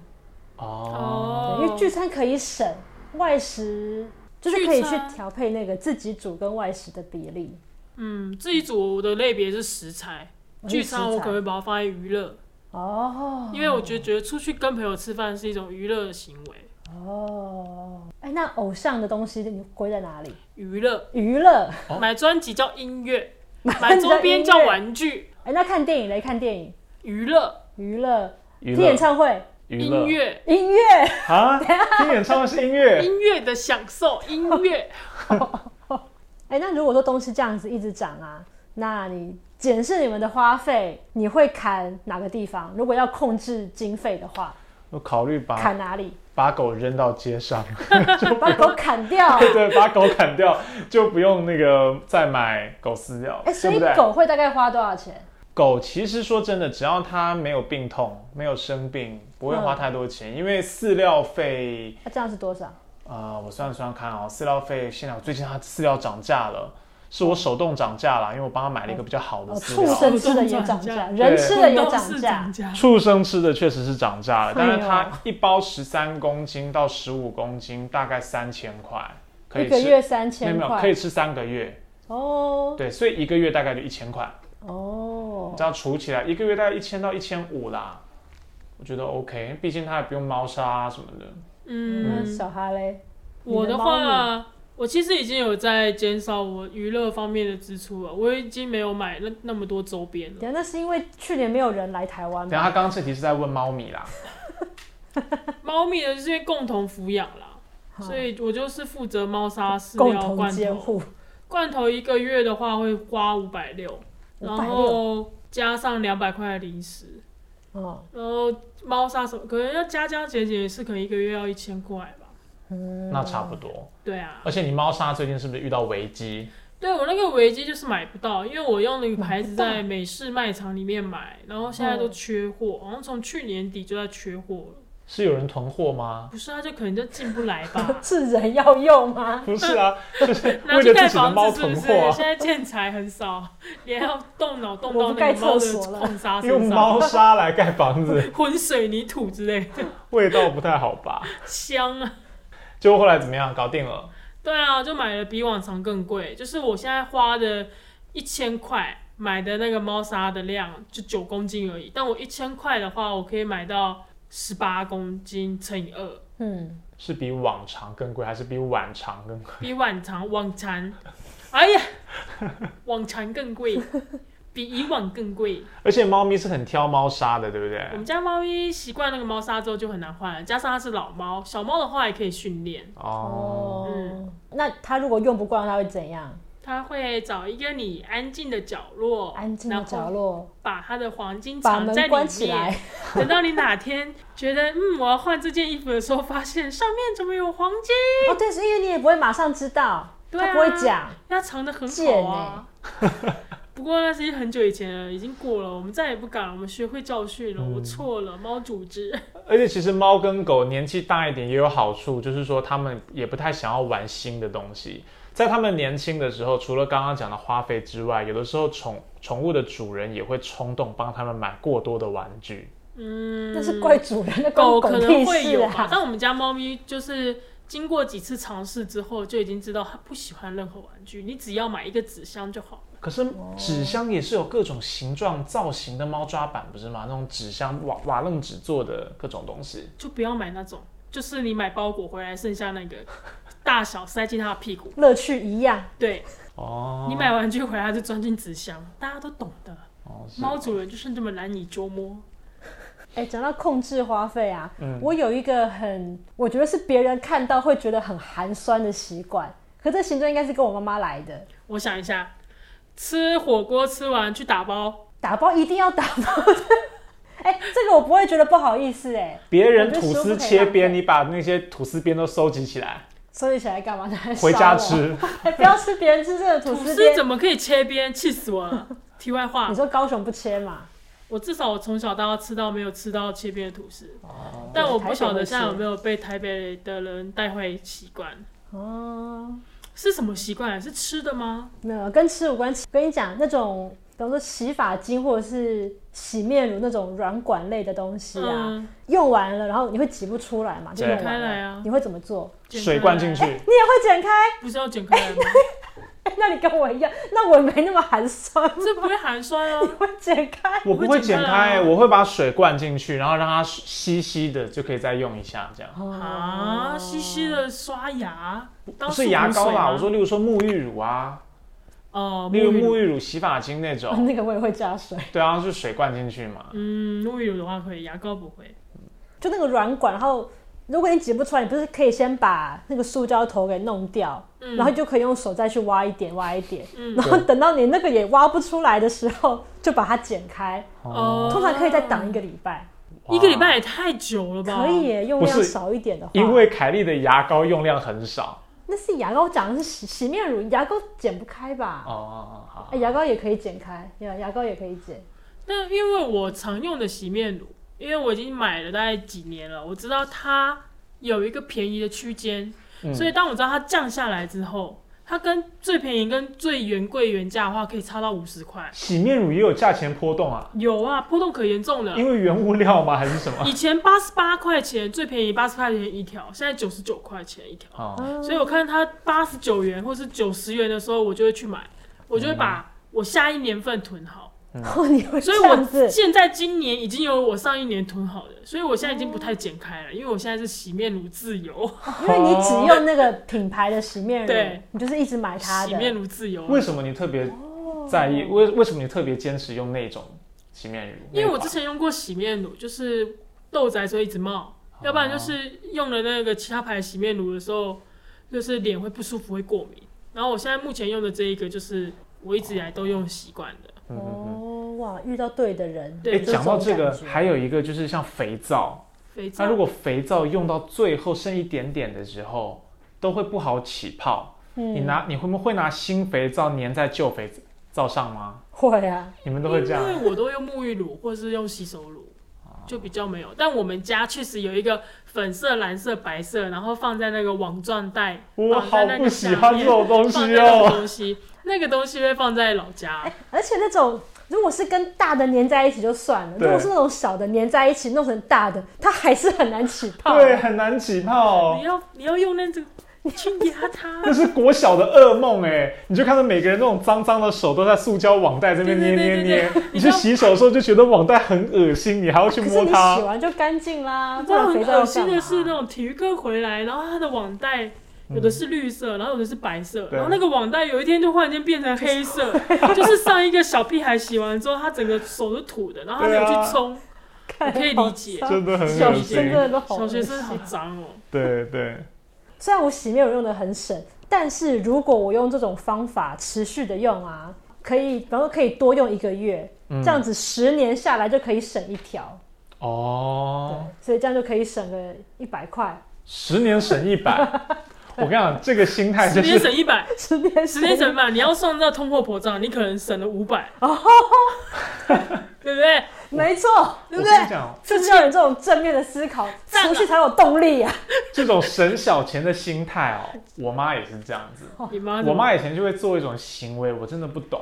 Speaker 3: 哦。
Speaker 2: 哦，
Speaker 4: 因为聚餐可以省，外食就是可
Speaker 2: 聚
Speaker 4: 以去
Speaker 2: 餐
Speaker 4: 调配那个自己煮跟外食的比例。
Speaker 2: 嗯，自己煮的类别是食材，
Speaker 4: 我是
Speaker 2: 聚
Speaker 4: 食
Speaker 2: 餐我
Speaker 4: 材
Speaker 2: 可能会把它放在娱乐，
Speaker 4: 哦
Speaker 2: 因为我觉得觉得出去跟朋友吃饭是一种娱乐的行为，
Speaker 4: 哦，哎，那偶像的东西你归在哪里？
Speaker 2: 娱乐
Speaker 4: 娱乐。
Speaker 3: 哦
Speaker 2: 买专辑叫音乐，买
Speaker 4: 专 辑叫
Speaker 2: 周边叫
Speaker 4: 音乐
Speaker 2: 玩具，
Speaker 4: 哎，那看电影嘞？看电影、
Speaker 2: 娱乐
Speaker 4: 娱乐、
Speaker 3: 娱
Speaker 4: 听演
Speaker 3: 乐
Speaker 4: 唱会、
Speaker 3: 娱
Speaker 2: 音
Speaker 3: 乐
Speaker 2: 乐
Speaker 4: 音乐。
Speaker 3: 啊，听演唱会是音 乐，
Speaker 2: 音乐的享受，音乐
Speaker 4: 哎，那如果说东西这样子一直涨啊，那你检视你们的花费，你会砍哪个地方？如果要控制经费的话，
Speaker 3: 我考虑把
Speaker 4: 砍哪里？
Speaker 3: 把狗扔到街上，
Speaker 4: 把狗砍 掉。
Speaker 3: 对，把狗砍掉就不用那个再买狗饲料，
Speaker 4: 哎，所
Speaker 3: 对
Speaker 4: 以
Speaker 3: 不对？
Speaker 4: 狗会大概花多少钱？
Speaker 3: 狗其实说真的，只要它没有病痛、没有生病，不会花
Speaker 4: 嗯
Speaker 3: 太多钱，因为饲料费。
Speaker 4: 那啊这样是多少？
Speaker 3: 呃，我算了算看哦，饲料费现在我最近它饲料涨价了，是我手动涨价了，因为我帮它买了一个比较好的
Speaker 4: 哦，
Speaker 3: 饲
Speaker 4: 畜
Speaker 3: 料。
Speaker 4: 哦生吃的也涨价，人吃的也涨价。
Speaker 2: 价
Speaker 3: 畜生吃的确实是涨价了，但
Speaker 4: 哎
Speaker 3: 是
Speaker 4: 呦
Speaker 3: 它一包十三公斤到十五公斤，大概三千块，可
Speaker 4: 一
Speaker 3: 以
Speaker 4: 个
Speaker 3: 吃，
Speaker 4: 月三
Speaker 3: 没有
Speaker 4: 千
Speaker 3: 没有，可以
Speaker 4: 块
Speaker 3: 吃三个月，
Speaker 4: 哦
Speaker 3: 对，所以一个月大概就一千块，
Speaker 4: 哦
Speaker 3: 这，样除起来一个月大概一千到一千五啦，我觉得 OK，毕竟它也不用猫砂啊什么的。
Speaker 4: 那
Speaker 2: 嗯，
Speaker 4: 小哈嘞，
Speaker 2: 我
Speaker 4: 你的
Speaker 2: 的
Speaker 4: 猫
Speaker 2: 话，我其实已经有在减少我娱乐方面的支出了，我已经没有买那那么多周边了。
Speaker 4: 等一下那是因为去年没有人来台湾
Speaker 3: 等一下他
Speaker 4: 嘛，
Speaker 3: 刚刚这题是在问猫咪啦，
Speaker 2: 猫咪的就是因为共同抚养啦，
Speaker 4: 好
Speaker 2: 所以我就是负责猫砂、饲
Speaker 4: 共
Speaker 2: 料、
Speaker 4: 同
Speaker 2: 罐
Speaker 4: 监
Speaker 2: 头。
Speaker 4: 护。
Speaker 2: 罐头一个月的话会花五百六，然
Speaker 4: 560
Speaker 2: 后加上两百块的零食，
Speaker 4: 哦，
Speaker 2: 然后猫砂什么，可能要加加减减也是可能一个月要一千块吧。
Speaker 4: 嗯，
Speaker 3: 那差不多。
Speaker 2: 对啊，
Speaker 3: 而且你猫砂最近是不是遇到危机？
Speaker 2: 对我那个围巾就是买不到，因为我用那个牌子
Speaker 4: 买不到
Speaker 2: 在美式卖场里面买，然后现在都
Speaker 4: 嗯。
Speaker 2: 缺货，好像从去年底就在缺货了。
Speaker 3: 是有人囤货 吗？
Speaker 2: 不是啊，就可能就进不来吧
Speaker 4: 是人要用吗？
Speaker 3: 不是啊，就是
Speaker 2: 拿
Speaker 3: 为
Speaker 2: 去
Speaker 3: 了
Speaker 2: 盖
Speaker 3: 自己的猫
Speaker 2: 房子是不
Speaker 3: 囤
Speaker 2: 是？
Speaker 3: 货啊、
Speaker 2: 现在建材很少，你还要动脑动
Speaker 4: 我
Speaker 2: 到
Speaker 4: 不盖
Speaker 2: 那个猫
Speaker 4: 厕
Speaker 2: 的
Speaker 4: 所了
Speaker 2: 控沙
Speaker 3: 用
Speaker 2: 身上
Speaker 3: 猫，砂来盖房子，
Speaker 2: 混水泥土之类的，
Speaker 3: 味道不太好吧？
Speaker 2: 香啊！
Speaker 3: 结果后来怎么样？搞定了。
Speaker 2: 对啊，就买了比往常更贵，就是我现在花的一千块买的那个猫砂的量就九公斤而已，但我一千块的话，我可以买到十八公斤乘以二，
Speaker 4: 嗯，
Speaker 3: 是比往常更贵，还是比晚常更贵？
Speaker 2: 比往常往常，哎呀，往常更贵，比以往更贵。
Speaker 3: 而且猫咪是很挑猫砂的，对不
Speaker 2: 我
Speaker 3: 对
Speaker 2: 们？家猫咪习惯那个猫砂之后就很难换了，加上它是老猫，小猫的话也可以训练，
Speaker 3: 哦，
Speaker 4: 哦，
Speaker 2: 嗯
Speaker 4: 那他如果用不惯，他会怎样？
Speaker 2: 它会找一个你安静的角落，
Speaker 4: 安静的角
Speaker 2: 然后
Speaker 4: 落，
Speaker 2: 把它的黄金
Speaker 4: 把
Speaker 2: 藏在
Speaker 4: 门
Speaker 2: 里
Speaker 4: 关起
Speaker 2: 面
Speaker 4: 来。。
Speaker 2: 等到你哪天觉得嗯我要换这件衣服的时候，发现上面怎么有黄金？
Speaker 4: 哦，对，是因为你也不会马上知道，
Speaker 2: 对啊
Speaker 4: 他不会讲。
Speaker 2: 它藏的很
Speaker 4: 贱
Speaker 2: 好啊。 不过那是很久以前了，已经过了，我们再也不敢了，我们学会教训了，我错了，猫组织。
Speaker 3: 而且其实猫跟狗年纪大一点也有好处，就是说它们也不太想要玩新的东西。在它们年轻的时候，除了刚刚讲的花费之外，有的时候宠宠物的主人也会冲动帮它们买过多的玩具。
Speaker 2: 嗯，
Speaker 4: 那是怪主人的
Speaker 2: 狗可
Speaker 4: 狗
Speaker 2: 能
Speaker 4: 屁
Speaker 2: 会
Speaker 4: 事
Speaker 2: 有吧，
Speaker 4: 啊！
Speaker 2: 但我们家猫咪就是经过几次尝试之后，就已经知道它不喜欢任何玩具，你只要买一个纸箱就好了。
Speaker 3: 可是纸箱也是有各种形状、造型的猫抓板，不是吗？那种纸箱瓦瓦楞纸做的各种东西。
Speaker 2: 就不要买那种，就是你买包裹回来剩下那个大小塞进它的屁股。
Speaker 4: 乐趣一样，
Speaker 2: 对
Speaker 3: 哦，
Speaker 2: 你买玩具回来就装进纸箱，大家都懂的。
Speaker 3: 哦是
Speaker 2: 猫主人就是这么难以捉摸。
Speaker 4: 哎、讲到控制花费啊，
Speaker 3: 嗯
Speaker 4: 我有一个很，我觉得是别人看到会觉得很寒酸的习惯，可这行政应该是跟我妈妈来的，
Speaker 2: 我想一下，吃火锅吃完去打包，
Speaker 4: 打包一定要打包的。 哎、这个我不会觉得不好意思哎、
Speaker 3: 别人
Speaker 4: 我觉得
Speaker 3: 吐
Speaker 4: 食物
Speaker 3: 司
Speaker 4: 可以
Speaker 3: 切
Speaker 4: 浪费
Speaker 3: 边，你把那些吐司边都收集起来，
Speaker 4: 收集起来干嘛？拿来
Speaker 3: 回
Speaker 4: 烧
Speaker 3: 家
Speaker 4: 我，
Speaker 3: 吃。
Speaker 4: 哎、不要吃别人吃剩的吐
Speaker 2: 吐
Speaker 4: 司
Speaker 2: 司
Speaker 4: 边
Speaker 2: 怎。么可以切边？气死我 了！题外话
Speaker 4: 你，说高雄不切嘛？
Speaker 2: 我至少我从小到大吃到没有吃到切边的吐司，
Speaker 4: 哦
Speaker 2: 但我不晓得现在有没有被台北的人带坏习惯，
Speaker 4: 哦，
Speaker 2: 是什么习惯？是吃的吗？
Speaker 4: 没有跟吃无关。跟你讲，那种比方说洗发精或者是洗面乳那种软管类的东西啊，
Speaker 2: 嗯，
Speaker 4: 用完了，然后你会挤不出来嘛？就
Speaker 3: 对
Speaker 4: 用完
Speaker 2: 开来
Speaker 4: 了
Speaker 2: 啊
Speaker 4: 你会怎么做？
Speaker 2: 剪
Speaker 3: 水
Speaker 2: 开
Speaker 3: 灌
Speaker 2: 来 哎
Speaker 3: 进去，
Speaker 4: 你也会剪开？
Speaker 2: 不是要剪开来吗？
Speaker 4: 那你跟我一样，那我没那么寒酸，
Speaker 2: 这不会寒酸
Speaker 4: 你
Speaker 2: 哦。
Speaker 4: 会剪开？
Speaker 3: 我不
Speaker 2: 我
Speaker 3: 会剪
Speaker 2: 会剪开
Speaker 3: 开，
Speaker 2: 啊
Speaker 3: 我会把水灌进去，然后让它稀稀的，就可以再用一下这样。
Speaker 4: 哦
Speaker 2: 啊，稀稀的刷牙，当
Speaker 3: 不是牙膏啦，
Speaker 2: 啦，
Speaker 3: 我说，例如说沐浴乳啊，
Speaker 2: 啊哦，
Speaker 3: 例如沐
Speaker 2: 浴，
Speaker 3: 浴乳、洗发精那
Speaker 4: 哦，
Speaker 3: 种，
Speaker 4: 那个我也会加水，
Speaker 3: 对啊，是水灌进去嘛。
Speaker 2: 嗯，沐浴乳的话可以，牙膏不会。
Speaker 4: 就那个软管，然后。如果你挤不出来，你不是可以先把那个塑胶头给弄掉，
Speaker 2: 嗯
Speaker 4: 然后就可以用手再去挖一点，挖一点，然后等到你那个也挖不出来的时候，就把它剪开。
Speaker 2: 哦，
Speaker 4: 通常可以再挡一个礼拜，
Speaker 2: 一个礼
Speaker 3: 哇，
Speaker 2: 拜也太久了吧？
Speaker 4: 可以耶用
Speaker 3: 不
Speaker 4: 量
Speaker 3: 是
Speaker 4: 少一点的话，
Speaker 3: 因为凯莉的牙膏用量很少。
Speaker 4: 那是牙膏，我讲的是洗洗面乳，牙膏剪不开吧？
Speaker 3: 哦哦哦，好
Speaker 4: 哎，，牙膏也可以剪开，牙牙膏也可以剪。
Speaker 3: 嗯
Speaker 2: 但因为我常用的洗面乳，因为我已经买了大概几年了，我知道它有一个便宜的区间，
Speaker 3: 嗯
Speaker 2: 所以当我知道它降下来之后，它跟最便宜跟最原贵原价的话，可以差到五十块。
Speaker 3: 洗面乳也有价钱波动啊，
Speaker 2: 有啊，波动可严重了。
Speaker 3: 因为原物料吗？还是什么？
Speaker 2: 以前八十八块钱最便宜八十块钱一条，现在九十九块钱一条。
Speaker 3: 哦，
Speaker 2: 所以我看它八十九元或是九十元的时候，我就会去买，我就会把我下一年份囤好。
Speaker 4: 哦，你会
Speaker 2: 所以
Speaker 4: 嗯这样
Speaker 2: 我
Speaker 4: 子？
Speaker 2: 现在今年已经有我上一年囤好的，所以我现在已经不太剪开了，因为我现在是洗面乳自由，
Speaker 4: 因为你只用那个品牌的洗面乳
Speaker 2: 对，
Speaker 4: 你就是一直买它
Speaker 2: 洗
Speaker 4: 的。
Speaker 2: 面乳自由。
Speaker 3: 哦
Speaker 2: 啊
Speaker 3: 为什么你特别
Speaker 4: 哦
Speaker 3: 在意？为为什么你特别坚持用那种洗面乳？
Speaker 2: 因为我
Speaker 3: 那一款
Speaker 2: 之前用过洗面乳，就是豆仔所以一直
Speaker 4: 哦
Speaker 2: 冒，要不然就是用了那个其他牌洗面乳的时候，就是脸会不舒服，会过敏。然后我现在目前用的这一个，就是我一直以来都用习惯的。
Speaker 3: 嗯嗯嗯
Speaker 4: 哦，哇，啊，遇到对的人。
Speaker 2: 对
Speaker 3: 哎，
Speaker 4: 这
Speaker 3: 讲到
Speaker 4: 种
Speaker 3: 这个
Speaker 4: 感，觉啊
Speaker 3: 还有一个就是像肥皂，
Speaker 2: 肥皂
Speaker 3: 它如果肥皂用到最后剩一点点的时候，都会不好起泡。你
Speaker 4: 嗯，
Speaker 3: 拿你会不会拿新肥皂粘在旧肥皂上吗？
Speaker 4: 会啊，
Speaker 3: 你们都会这样？
Speaker 2: 因为我都用沐浴乳或者是用洗手乳，就比较没有。但我们家确实有一个粉色、蓝色、白色，然后放在那个网状袋，
Speaker 3: 我
Speaker 2: 绑在
Speaker 3: 好
Speaker 2: 那
Speaker 3: 不
Speaker 2: 个
Speaker 3: 喜
Speaker 2: 下
Speaker 3: 欢这
Speaker 2: 面
Speaker 3: 种东
Speaker 2: 放
Speaker 3: 西
Speaker 2: 在那个
Speaker 3: 哦。
Speaker 2: 东西，那个东西会放在老家
Speaker 4: 哎。而且那种如果是跟大的粘在一起就算了，
Speaker 3: 对
Speaker 4: 如果是那种小的粘在一起弄成大的，它还是很难起 泡。
Speaker 3: 对，，很难起泡
Speaker 2: 你。要你要用那种去压它，
Speaker 3: 那是国小的噩梦哎、你就看到每个人那种脏脏的手都在塑胶网袋这边
Speaker 2: 对
Speaker 3: 捏
Speaker 2: 对
Speaker 3: 捏
Speaker 2: 对对
Speaker 3: 捏
Speaker 2: 对，
Speaker 3: 你
Speaker 2: 你
Speaker 3: 去
Speaker 2: 知道
Speaker 3: 洗手的时候就觉得网袋很恶心，你还要去
Speaker 4: 可是
Speaker 3: 摸
Speaker 4: 你
Speaker 3: 它
Speaker 4: 洗。完就干净啦，
Speaker 2: 你
Speaker 4: 不
Speaker 2: 知道
Speaker 4: 然
Speaker 2: 很
Speaker 4: 肥皂要
Speaker 2: 恶心
Speaker 4: 干嘛
Speaker 2: 的是那种体育课回来，然后它的网袋。有的是绿色，然后有的是白色，
Speaker 3: 嗯对
Speaker 2: 然后那个网袋有一天就忽然间变成黑色， 就是上一个小屁孩洗完之后，他整个手都土的，然后他没有
Speaker 3: 对啊
Speaker 2: 去冲，
Speaker 4: 看
Speaker 2: 可以
Speaker 4: 好
Speaker 2: 理解
Speaker 4: 脏哦
Speaker 3: 真的很
Speaker 4: 小
Speaker 3: 恶
Speaker 4: 学
Speaker 3: 心
Speaker 4: 生真。的都好
Speaker 2: 小
Speaker 4: 恶
Speaker 2: 学生好
Speaker 4: 心
Speaker 2: 脏哦。
Speaker 3: 对对，
Speaker 4: 虽然我洗面乳用的很省，但是如果我用这种方法持续的用啊，可以，比方说可以多用一个月，
Speaker 3: 嗯
Speaker 4: 这样子十年下来就可以省一条，
Speaker 3: 哦，
Speaker 4: 所以这样就可以省个一百块，
Speaker 3: 十年省一百。我跟你讲，这个心态
Speaker 2: 十
Speaker 3: 哎就
Speaker 2: 年
Speaker 3: 是
Speaker 2: 省一百，
Speaker 4: 十年
Speaker 2: 十年省一百，你要算到通货膨胀，你可能省了五 百，对不对？
Speaker 4: 没错，对
Speaker 3: 我跟
Speaker 4: 不
Speaker 3: 你
Speaker 4: 对？
Speaker 3: 讲，
Speaker 4: 是不是要有这种正面的思考，
Speaker 2: 赞啊
Speaker 4: 出去才有动力啊？
Speaker 3: 这种省小钱的心态哦，我妈也是这样子。
Speaker 4: 哦
Speaker 2: 你妈怎
Speaker 3: 我
Speaker 2: 么
Speaker 3: 妈以前就会做一种行为，我真的不懂。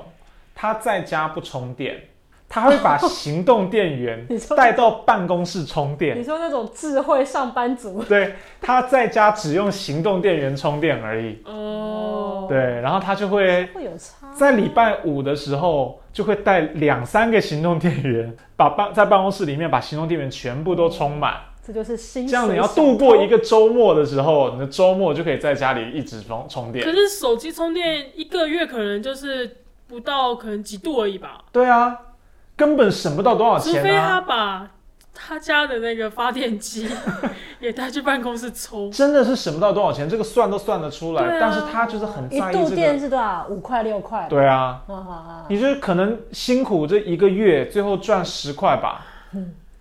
Speaker 3: 她在家不充电，她会 把行动电源
Speaker 4: 你说
Speaker 3: 带到办公室充
Speaker 4: 你
Speaker 3: 电。
Speaker 4: 说那种智慧上班族，
Speaker 3: 对，她在家只用行动电源充电而已。
Speaker 2: 哦，
Speaker 3: 对，然后她就会
Speaker 4: 会有差吗
Speaker 3: 在礼拜五的时候就会带两三个行动电源，把办在办公室里面把行动电源全部都充满。
Speaker 2: 哦
Speaker 4: 这就是心。
Speaker 3: 这样你要度过一，个周末的时候，你的周末就可以在家里一直充充
Speaker 2: 可
Speaker 3: 电。
Speaker 2: 是手机充电一个月可能就是不到可能几度而已吧，
Speaker 3: 对啊，根本省不到多少
Speaker 2: 除
Speaker 3: 钱
Speaker 2: 非他
Speaker 3: 啊！
Speaker 2: 把他家的那个发电机 也带去办公室充，
Speaker 3: 真的是省不到多少钱，这个算都算得出来。
Speaker 2: 对啊
Speaker 3: 但是他就是很
Speaker 4: 一
Speaker 3: 在意
Speaker 4: 度
Speaker 3: 这
Speaker 4: 电
Speaker 3: 个。
Speaker 4: 是多少？五块六块。
Speaker 3: 对啊，
Speaker 4: 啊，啊啊
Speaker 3: 你就是可能辛苦这一个月，最后赚十块吧。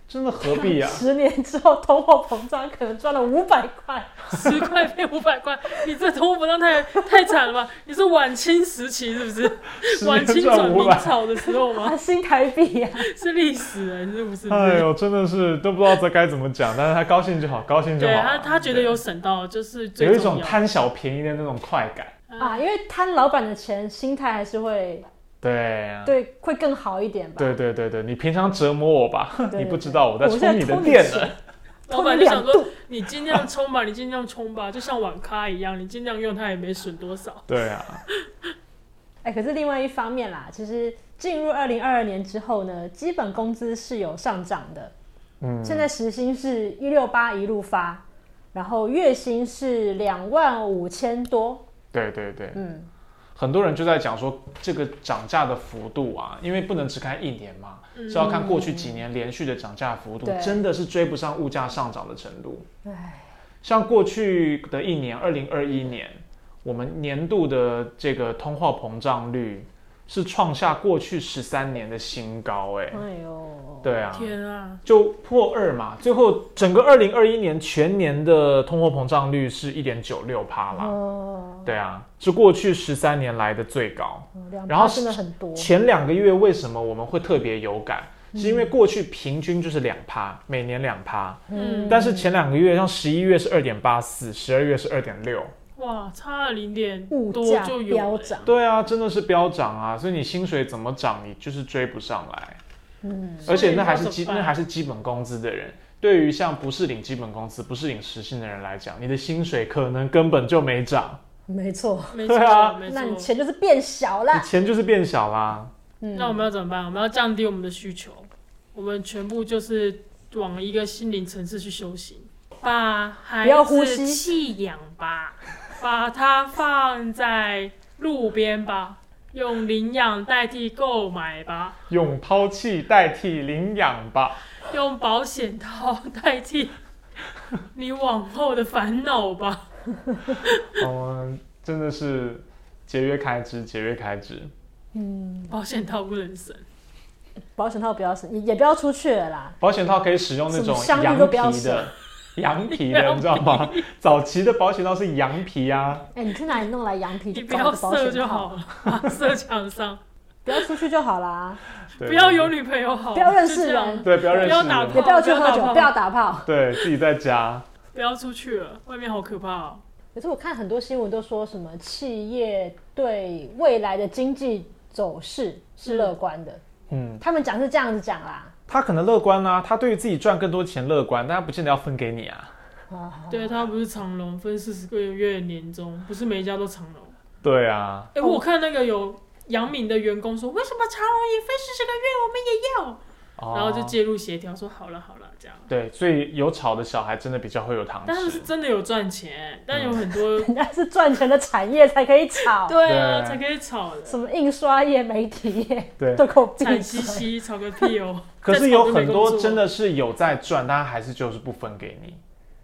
Speaker 3: 真的何必 啊？
Speaker 4: 十年之后通货膨胀可能赚了五百块，
Speaker 2: 十块变五百块，你这通货膨胀太太惨了吧？你是晚清时期是不是？
Speaker 3: 十
Speaker 2: 晚
Speaker 3: 年
Speaker 2: 清
Speaker 3: 赚
Speaker 2: 转
Speaker 3: 五
Speaker 2: 明
Speaker 3: 百，
Speaker 2: 朝的时候吗？
Speaker 4: 啊，新台币啊，
Speaker 2: 是历史人是不是？
Speaker 3: 哎呦，真的是都不知道这该怎么讲。但是他高兴就好，高兴就
Speaker 2: 对
Speaker 3: 好。
Speaker 2: 他，他觉得有省到，就是
Speaker 3: 有
Speaker 2: 最
Speaker 3: 一种
Speaker 2: 重要。
Speaker 3: 贪小便宜的那种快感。
Speaker 4: 啊，因为贪老板的钱，心态还是会
Speaker 3: 对啊。
Speaker 4: 对会更好一点吧。
Speaker 3: 对对对对，你平常折磨我吧，
Speaker 4: 对
Speaker 3: 你不
Speaker 4: 对
Speaker 3: 知道我在
Speaker 4: 我现
Speaker 3: 充
Speaker 4: 在
Speaker 3: 你的
Speaker 4: 偷你
Speaker 3: 电
Speaker 4: 钱
Speaker 3: 呢。
Speaker 2: 老板
Speaker 4: 偷
Speaker 2: 就
Speaker 4: 了
Speaker 2: 想
Speaker 4: 两度
Speaker 2: 说，你尽量充吧，你尽量充吧，就像网咖一样，你尽量用它也没损多少。
Speaker 3: 对啊，
Speaker 4: 哎，可是另外一方面啦，其实进入二零二二年之后呢，基本工资是有上涨的，
Speaker 3: 嗯，
Speaker 4: 现在时薪是一六八一路发，然后月薪是两万五千多，
Speaker 3: 对对对，
Speaker 4: 嗯，
Speaker 3: 很多人就在讲说这个涨价的幅度啊，因为不能只看一年嘛，是要看过去几年连续的涨价幅度，
Speaker 4: 嗯对
Speaker 3: 真的是追不上物价上涨的程度。
Speaker 4: 哎，
Speaker 3: 像过去的一年，二零二一年，我们年度的这个通货膨胀率是创下过去十三年的新高、哎、
Speaker 4: 哎呦，
Speaker 3: 对啊，
Speaker 2: 天啊，
Speaker 3: 就破二嘛，最后整个二零二一年全年的通货膨胀率是一点九六趴啦。
Speaker 4: 哦，
Speaker 3: 对啊，是过去十三年来的最高。
Speaker 4: 两
Speaker 3: 然后
Speaker 4: 趴真的很
Speaker 2: 哦
Speaker 4: 多，
Speaker 3: 前两个月为什么我们会特别有感？
Speaker 2: 嗯
Speaker 3: 是因为过去平均就是两趴，每年两趴，
Speaker 2: 嗯
Speaker 3: 但是前两个月像十一月是二点八四，十二月是二点六，
Speaker 2: 哇，差了零点
Speaker 4: 物
Speaker 2: 多
Speaker 4: 价
Speaker 2: 就有
Speaker 4: 飙
Speaker 2: 了
Speaker 4: 涨，
Speaker 3: 对啊，真的是飙涨啊！所以你薪水怎么涨，你就是追不上来。
Speaker 4: 嗯，
Speaker 3: 而且那还是
Speaker 2: 所以
Speaker 3: 基
Speaker 2: 要怎么办
Speaker 3: 那还是基本工资的人，对于像不是领基本工资、不是领时薪的人来讲，你的薪水可能根本就没涨，
Speaker 4: 没错，
Speaker 2: 没
Speaker 3: 对啊
Speaker 2: 错，没
Speaker 4: 那你
Speaker 2: 错。
Speaker 4: 钱就是变小了
Speaker 3: 你，钱就是变小啦。
Speaker 4: 嗯
Speaker 2: 那我们要怎么办？我们要降低我们的需求，我们全部就是往一个心灵层次去修行，把孩
Speaker 4: 不要呼吸
Speaker 2: 子弃养吧，把它放在路边吧，用领养代替购买吧。
Speaker 3: 用抛弃代替领养吧。
Speaker 2: 用保险套代替你往后的烦恼吧。
Speaker 3: 嗯，真的是节约开支，节约开支。
Speaker 4: 嗯，
Speaker 2: 保险套不能省，
Speaker 4: 保险套不要省，也也不要出去了啦。
Speaker 3: 保险套可以使用那种
Speaker 4: 什么香
Speaker 3: 羊
Speaker 4: 芋都不要
Speaker 3: 皮
Speaker 4: 省
Speaker 3: 的，羊皮的，你知道吗？早期的保险套是羊皮啊，
Speaker 4: 哎、你去哪里弄来羊皮
Speaker 2: 你
Speaker 4: 就
Speaker 2: 不
Speaker 4: 找
Speaker 2: 要
Speaker 4: 个保
Speaker 2: 射
Speaker 4: 险
Speaker 2: 就
Speaker 4: 套
Speaker 2: 好，了，射墙上，
Speaker 4: 不要出去就好啦，
Speaker 3: 对
Speaker 2: 不要有女朋友好，
Speaker 4: 不要认识
Speaker 2: 就这样
Speaker 4: 人
Speaker 3: 对，不要认
Speaker 2: 不
Speaker 3: 识
Speaker 2: 要打
Speaker 4: 也
Speaker 3: 人，
Speaker 4: 不要去喝
Speaker 2: 不要打
Speaker 4: 酒，
Speaker 2: 炮
Speaker 4: 不要打炮。
Speaker 3: 对自己在家，
Speaker 2: 不要出去了，外面好可怕哦。
Speaker 4: 可是我看很多新闻都说什么企业对未来的经济走势是乐观的，
Speaker 3: 嗯，
Speaker 4: 他们讲是这样子讲啦。
Speaker 3: 他可能乐观啊，他对于自己赚更多钱乐观，但他不见得要分给你啊。
Speaker 4: 啊，
Speaker 2: 对他不是长隆分四十个月年终，不是每一家都长隆。
Speaker 3: 对啊，
Speaker 2: 哎、
Speaker 4: 哦
Speaker 2: 我看那个有杨敏的员工说，为什么长隆也分四十个月，我们也要，
Speaker 3: 哦、
Speaker 2: 然后就介入协调说好了好了这样。
Speaker 3: 对，所以有吵的小孩真的比较会有糖
Speaker 2: 但他们
Speaker 3: 吃
Speaker 2: 是。真的有赚钱，
Speaker 3: 嗯
Speaker 2: 但有很多、
Speaker 4: 人家是赚钱的产业才可以炒，
Speaker 2: 对啊
Speaker 3: 对
Speaker 2: 才可以吵的，
Speaker 4: 什么印刷业、媒体业
Speaker 3: 对
Speaker 4: 都给我闭
Speaker 2: 惨兮
Speaker 4: 嘴。
Speaker 2: 兮吵个屁哦。
Speaker 3: 可是
Speaker 2: 再吵
Speaker 3: 有
Speaker 2: 就没
Speaker 3: 很
Speaker 2: 工
Speaker 3: 多
Speaker 2: 作
Speaker 3: 真的是有在赚，但他还是就是不分给你，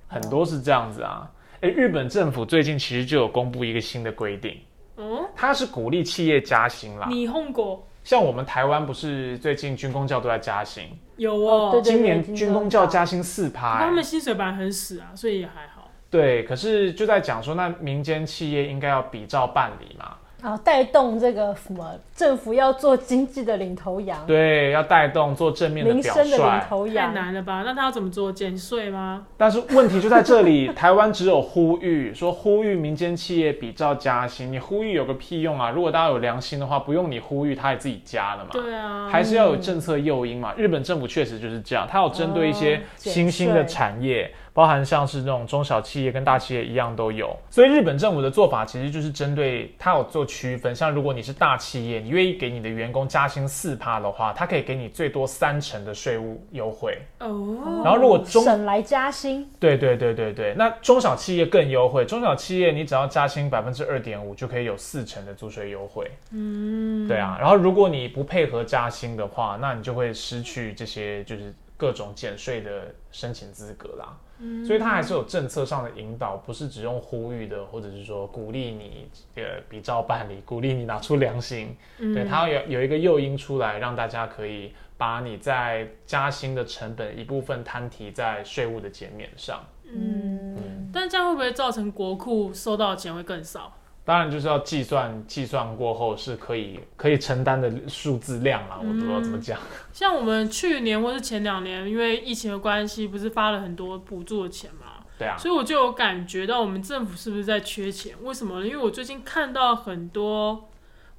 Speaker 3: 很多是这样子啊。诶，日本政府最近其实就有公布一个新的规定，
Speaker 2: 哦，
Speaker 3: 它是鼓励企业加薪啦。
Speaker 2: 你哄过
Speaker 3: 像我们台湾不是最近军工教都在加薪，
Speaker 2: 有
Speaker 4: 哦
Speaker 2: 哦，
Speaker 4: 对对
Speaker 3: 今年
Speaker 4: 军工
Speaker 3: 军工教
Speaker 4: 教
Speaker 3: 加薪四趴、
Speaker 2: 他
Speaker 3: 欸
Speaker 2: 们薪水本来很死啊，所以也还好。
Speaker 3: 对，可是就在讲说，那民间企业应该要比照办理嘛，
Speaker 4: 然后啊带动这个什么政府要做经济的领头羊，
Speaker 3: 对，要带动做正面的
Speaker 4: 民
Speaker 3: 表
Speaker 4: 生的领
Speaker 3: 率。
Speaker 4: 头
Speaker 2: 太
Speaker 4: 羊。
Speaker 2: 难了吧？那他要怎么做？减税吗？
Speaker 3: 但是问题就在这里， 台湾只有呼吁，说呼吁民间企业比照加薪，你呼吁有个屁用啊！如果大家有良心的话，不用你呼吁，他也自己加了嘛。
Speaker 2: 对啊，
Speaker 3: 还是要有政策诱因嘛。日本政府确实就是这样，它有针对一些
Speaker 4: 哦减
Speaker 3: 新兴的
Speaker 4: 税
Speaker 3: 产业，包含像是那种中小企业跟大企业一样都有。所以日本政府的做法其实就是针对它有做区分，像如果你是大企业，你愿意给你的员工加薪四趴的话，它可以给你最多三成的税务优惠。
Speaker 2: 哦，
Speaker 3: 然后如果中
Speaker 4: 省来加薪，
Speaker 3: 对对对对对，那中小企业更优惠，中小企业你只要加薪百分之二点五就可以有四成的租税优惠。
Speaker 2: 嗯，
Speaker 3: 对啊，然后如果你不配合加薪的话，那你就会失去这些就是各种减税的申请资格啦。
Speaker 2: 嗯，
Speaker 3: 所以它还是有政策上的引导，不是只用呼吁的，或者是说鼓励你呃比照办理，鼓励你拿出良心。
Speaker 2: 嗯
Speaker 3: 对，它有有一个诱因出来，让大家可以把你在加薪的成本一部分摊提在税务的减免上。
Speaker 4: 嗯，
Speaker 2: 但这样会不会造成国库收到的钱会更少？
Speaker 3: 当然就是要计算，计算过后是可以可以承担的数字量啊啦，我不
Speaker 4: 嗯
Speaker 3: 知道怎么讲。
Speaker 2: 像我们去年或是前两年，因为疫情的关系，不是发了很多补助的钱嘛，
Speaker 3: 对啊，
Speaker 2: 所以我就有感觉到我们政府是不是在缺钱？为什么呢？因为我最近看到很多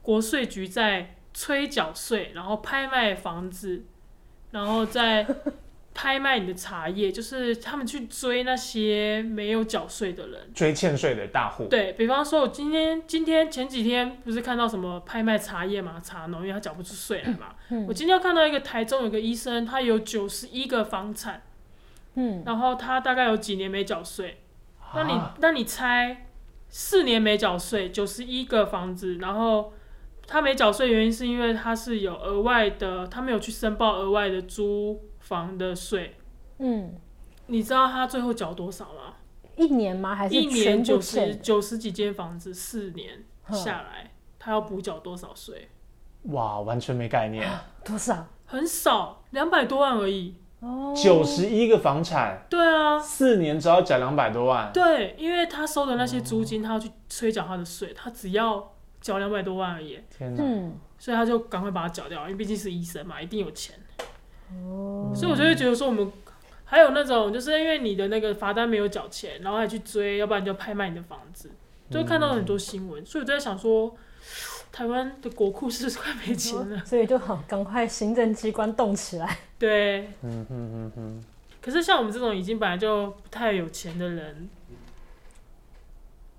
Speaker 2: 国税局在催缴税，然后拍卖房子，然后再拍卖你的茶叶，就是他们去追那些没有缴税的人。
Speaker 3: 追欠税的大户。
Speaker 2: 对比方说，我今天今天前几天不是看到什么拍卖茶叶嘛，茶农因为他缴不出税来嘛。
Speaker 4: 嗯
Speaker 2: 我今天看到一个台中有个医生，他有九十一个房产，
Speaker 4: 嗯，
Speaker 2: 然后他大概有几年没缴税。那你、
Speaker 3: 啊
Speaker 2: 那你猜，四年没缴税，九十一个房子，然后他没缴税原因是因为他是有额外的，他没有去申报额外的租房的税。
Speaker 4: 嗯，
Speaker 2: 你知道他最后缴多少吗？
Speaker 4: 一年吗？还是
Speaker 2: 一
Speaker 4: 全
Speaker 2: 年
Speaker 4: 部
Speaker 2: 九十
Speaker 4: 欠？
Speaker 2: 九十几间房子，四年
Speaker 4: 哼
Speaker 2: 下来，他要补缴多少税？
Speaker 3: 哇，完全没概念。
Speaker 4: 多少？
Speaker 2: 很少，两百多万而已。
Speaker 4: 哦
Speaker 3: 九十一个房产，
Speaker 2: 对啊，
Speaker 3: 四年只要缴两百多万，
Speaker 2: 对，因为他收的那些租金，他要去催缴他的税，他只要缴两百多万而已，
Speaker 3: 天哪！
Speaker 4: 嗯，
Speaker 2: 所以他就赶快把它缴掉，因为毕竟是医生嘛，一定有钱。哦，所以我就会觉得说，我们还有那种，就是因为你的那个罚单没有缴钱，然后还去追，要不然就拍卖你的房子，
Speaker 4: 嗯
Speaker 2: 就会看到很多新闻，所以我就在想说，台湾的国库是不是快没钱了？
Speaker 4: 所以就好，赶快行政机关动起来。
Speaker 2: 对，
Speaker 3: 嗯嗯嗯嗯，
Speaker 2: 可是像我们这种已经本来就不太有钱的人，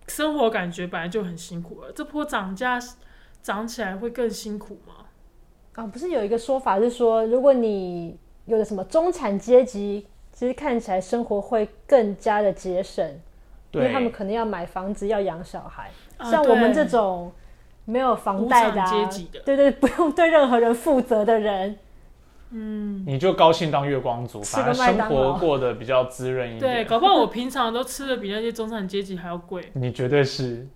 Speaker 2: 生活感觉本来就很辛苦了，这波涨价涨起来会更辛苦吗？
Speaker 4: 啊，不是有一个说法是说，如果你有的什么中产阶级，其实看起来生活会更加的节省，因为
Speaker 3: 对
Speaker 4: 他们可能要买房子，要养小孩。
Speaker 2: 啊
Speaker 4: 像我
Speaker 2: 对
Speaker 4: 们这种没有房贷的、啊，
Speaker 2: 无产阶级的
Speaker 4: 对对，不用对任何人负责的人，
Speaker 2: 嗯，
Speaker 3: 你就高兴当月光族，
Speaker 4: 吃个
Speaker 3: 反而
Speaker 4: 麦
Speaker 3: 生
Speaker 4: 当
Speaker 3: 活
Speaker 4: 劳
Speaker 3: 过得比较滋润一
Speaker 2: 对，
Speaker 3: 点。
Speaker 2: 搞不好我平常都吃的比那些中产阶级还要贵，
Speaker 3: 你绝对是，